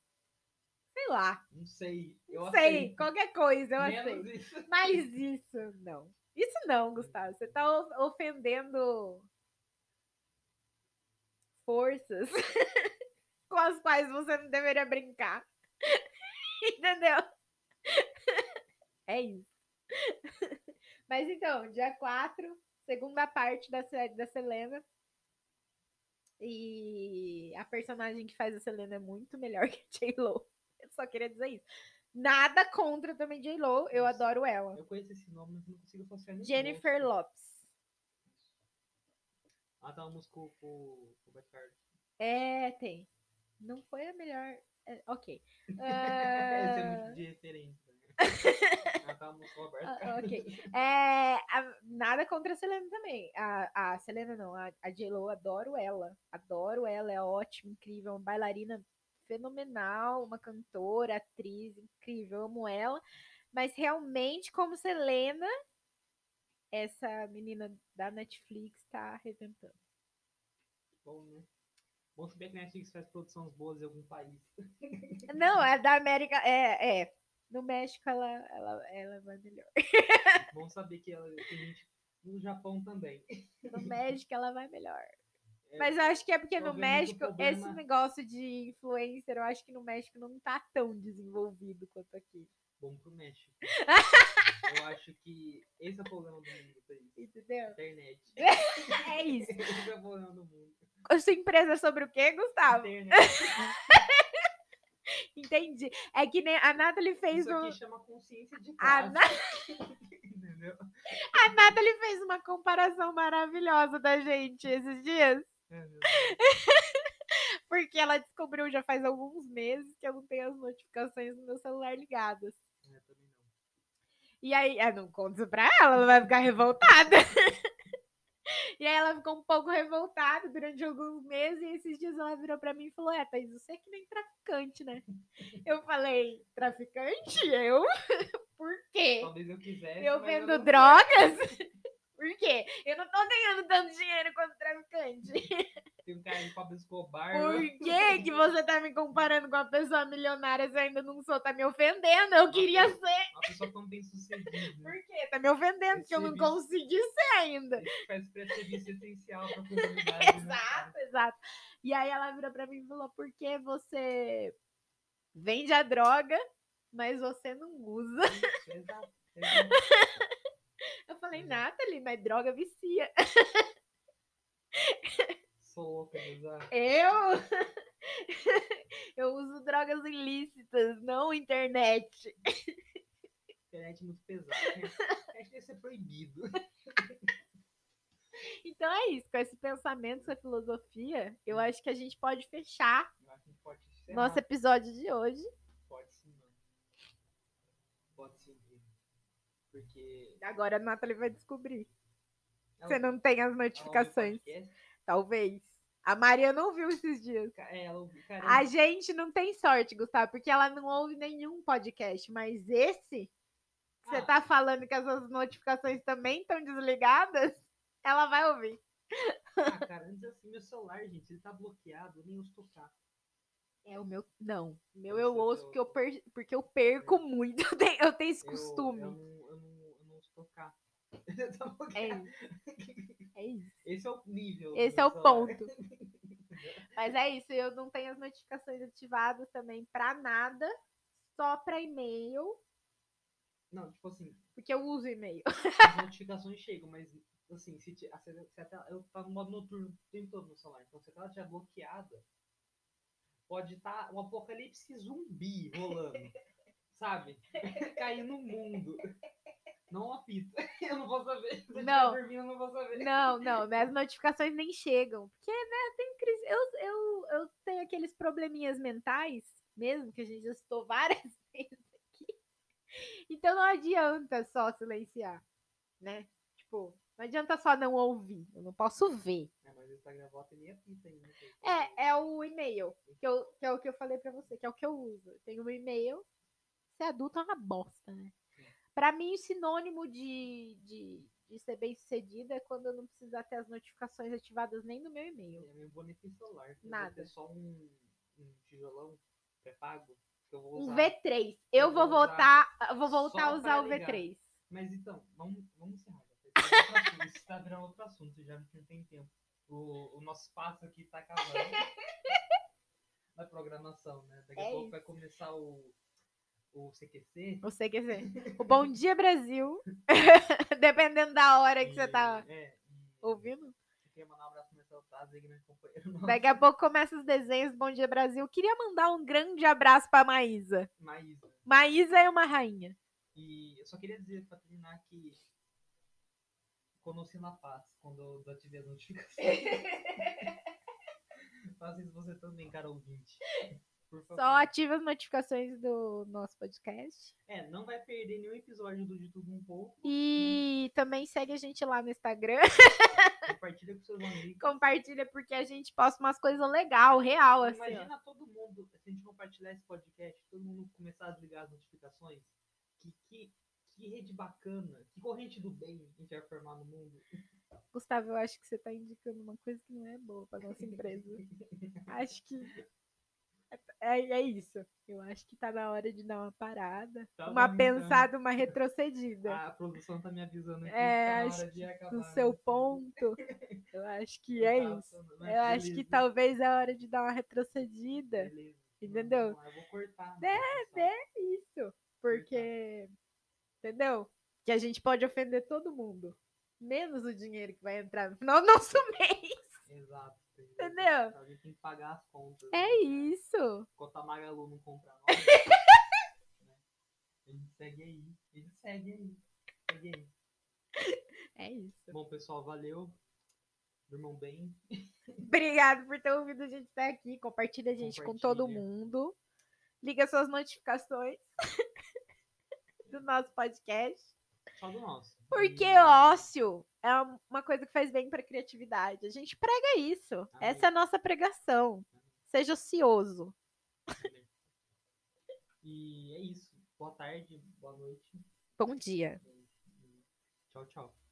Sei lá.
Não um sei. Eu
Não sei,
aceito.
qualquer coisa eu aceito.
Menos isso.
Mas isso não. Isso não, Gustavo. Você tá o- ofendendo forças <laughs> com as quais você não deveria brincar. <laughs> Entendeu? É isso. Mas então, dia 4, segunda parte da série da Selena. E a personagem que faz a Selena é muito melhor <laughs> que a J-Lo. Eu só queria dizer isso. Nada contra também J-Lo, eu
Nossa.
adoro ela.
Eu conheço esse nome, mas não consigo associar nem
Jennifer
Lopez.
Lopes.
Ah, tá, uma música com o Bacard.
É, tem. Não foi a melhor. é,
<laughs>
ok.
Esse
Ah,
é muito de referência.
<laughs>
né? ah, tá, uma música com o Roberto
Ah,
Carlos. <laughs>
ok. É, a- nada contra a Selena também. A, a Selena não, a, a J-Lo, adoro ela. Adoro ela, é ótima, incrível, uma bailarina fenomenal, uma cantora, atriz, incrível, amo ela. Mas realmente, como Selena, essa menina da Netflix tá arrebentando.
Bom, né? Bom saber que a Netflix faz produções boas em algum país.
Não, é da América, é, é. No México ela, ela, ela vai melhor.
Bom saber que ela tem gente no Japão também. <laughs>
No México ela vai melhor.
É,
Mas eu acho que é porque no
Talvez o
México, esse
problema-
negócio de influencer, eu acho que no México não tá tão desenvolvido quanto aqui.
Bom pro
<laughs>
México. Eu acho que esse é o problema do mundo, tá aí.
Entendeu?
Internet.
É
<laughs>
isso.
Esse é o problema do mundo.
A sua empresa é sobre o quê, Gustavo?
Internet.
Entendi. É que nem a Nathalie <laughs> fez Ah,
Isso
um.
aqui chama consciência de
A,
classe.
Na-
<laughs> Entendeu?
a Nathalie fez uma comparação maravilhosa da gente esses dias.
É, meu Deus.
Porque ela descobriu já faz alguns meses que eu não tenho as notificações no meu celular ligadas.
É, também não.
E aí, ah, não conto isso pra ela, ela vai ficar revoltada. <laughs> e aí ela ficou um pouco revoltada durante alguns meses, e esses dias ela virou pra mim e falou: É, Thaís, você é que nem traficante, né? Eu falei, traficante? Eu? <laughs> Por quê?
Talvez eu quisesse.
É. Eu
mas
vendo
não-
drogas? <laughs> Por quê? Eu não tô ganhando tanto dinheiro quanto traficante.
Tem um cara de Pablo Escobar.
Por
né?
que, que você tá me comparando com uma pessoa milionária se eu ainda não sou? Tá me ofendendo, eu queria ser.
Uma pessoa tão bem sucedida.
Por quê? Tá me ofendendo, que eu não
Serviço.
consegui ser ainda.
Faz pra serviço
<laughs>
essencial pra comunidade. né, cara?
Exato, exato. E aí ela virou pra mim e falou: por que você vende a droga, mas você não usa?
Isso, Exato. exato.
Eu falei,
Uhum.
Nathalie, mas droga vicia.
Sou louca ah. de usar.
Eu? <laughs> Eu uso drogas ilícitas, não internet.
Internet é muito pesada.
<laughs>
Né? Internet deve ser proibido.
Então é isso, com esse pensamento, essa filosofia, eu acho que a gente pode fechar
Eu acho que pode ser.
nosso episódio de hoje.
Pode sim, não. Pode sim. viu? Porque.
Agora a Nathalie vai descobrir.
ela-
Você não tem as
ela ouve
notificações,
podcast,
talvez. A Maria não viu esses dias.
ca- é, ela ouve- cara,
A gente não tem sorte, Gustavo, porque ela não ouve nenhum podcast, mas esse que você
Ah.
tá falando que as suas notificações também estão desligadas, ela vai ouvir.
ah, cara, antes assim, meu celular, gente, ele tá bloqueado, eu nem uso tocar.
É o meu. Não. O meu
Eu
eu
sei que
ouço
eu-
porque eu, per- porque eu perco muito. <laughs> Eu tenho, eu tenho esse
Eu-
costume.
Eu, não, eu, não, eu não uso tocar. <laughs> Tá bloqueado.
É isso. É isso.
Esse é o nível. do
Esse
meu
é o
celular. <laughs>
ponto. Mas é isso, eu não tenho as notificações ativadas também pra nada, só pra e-mail,
Não, tipo assim,
porque eu uso e-mail.
as notificações chegam, mas assim, se, ti- se, se a tela, eu tá no modo noturno o tempo todo no celular, então se a tela estiver bloqueada, pode estar um apocalipse zumbi
<laughs>
rolando, sabe? Cair no mundo. Não apita. <laughs> Eu não vou saber. Se eu
Não.
estiver dormindo, eu não vou saber.
Não, não, minhas notificações nem chegam. Porque, né, tem crise. Eu, eu, eu tenho aqueles probleminhas mentais, mesmo que a gente já citou várias <laughs> vezes aqui. Então não adianta só silenciar, né? Tipo, não adianta só não ouvir. Eu não posso ver.
É, mas o Instagram volta e nem apita ainda.
É, é o e-mail, que, eu, que é o que eu falei pra você, que é o que eu uso. Eu tenho um e-mail. Ser adulto é uma bosta, né?
É.
Pra mim, o sinônimo de, de, de ser bem sucedida é quando eu não precisar ter as notificações ativadas nem no meu e-mail.
Eu não vou nem ter celular. Eu
Nada.
Vou ter só um, um tijolão pré-pago que eu vou
Um
usar.
V3.
Eu
Eu vou
vou usar
voltar, eu vou voltar a
só
usar
pra
o
ligar.
V3.
Mas então, vamos, vamos encerrar. já, porque Isso tá virando outro assunto, isso tá virando outro assunto, já não tem tempo. O, o nosso espaço aqui tá acabando. Na programação, né? Daqui a
É
pouco
isso.
vai começar o, o CQC.
O CQC.
<laughs>
O Bom Dia Brasil. <laughs> Dependendo da hora que você
e-
tá
É, e
ouvindo.
eu queria mandar um abraço pro meu Celtaz aí, grande companheiro. <laughs> nosso.
Daqui a pouco começa os desenhos do Bom Dia Brasil. Queria mandar um grande abraço pra Maísa.
Maísa.
Maísa é uma rainha.
né? E eu só queria dizer pra terminar que. Conosco na paz, quando eu desativei as
<laughs>
notificações. Faça isso você também, cara ouvinte. Por favor.
Só ativa as notificações do nosso podcast.
É, não vai perder nenhum episódio do De Tudo Um
<laughs>
Pouco. Uhum.
E também segue a gente lá no Instagram. <laughs>
Compartilha com seus amigos.
Compartilha porque a gente posta umas coisas legal, real, assim. ó.
Imagina todo mundo, se a gente compartilhar esse podcast, todo mundo começar a desligar as notificações. Que, que, que rede bacana, que corrente do bem a gente vai formar no mundo.
Gustavo, eu acho que você tá indicando uma coisa que não é boa pra
<laughs>
nossa empresa. acho que. É, é isso. Eu acho que tá na hora de dar uma parada.
Tá
uma
bom, então.
pensada, uma retrocedida.
A produção tá me avisando aqui. que tá
É,
na
acho
hora de acabar.
no
né?
seu ponto, eu acho que é
Tá,
isso.
tá, mas
Eu acho que
beleza,
talvez é hora de dar uma retrocedida.
beleza.
entendeu?
Não, eu vou cortar.
Né,
né?
É isso. Porque. Entendeu? Que a gente pode ofender todo mundo. Menos o dinheiro que vai entrar no final do nosso <laughs> mês.
Exato. beleza.
Entendeu?
A gente tem que pagar as contas.
É
né?
isso.
Enquanto a Magalu não comprar nós. né? A gente segue aí. A gente segue aí. Segue aí.
É isso.
Bom, pessoal, valeu. Durmam bem.
Obrigado por ter ouvido a gente estar aqui. Compartilha a gente com todo
Compartilha.
mundo. Liga suas notificações <laughs> do nosso podcast.
Só do nosso.
Porque
E-
ócio é uma coisa que faz bem para criatividade. A gente prega isso. Essa é a nossa pregação. Seja ocioso.
E é isso. Boa tarde, boa noite.
Bom dia.
E Tchau, tchau.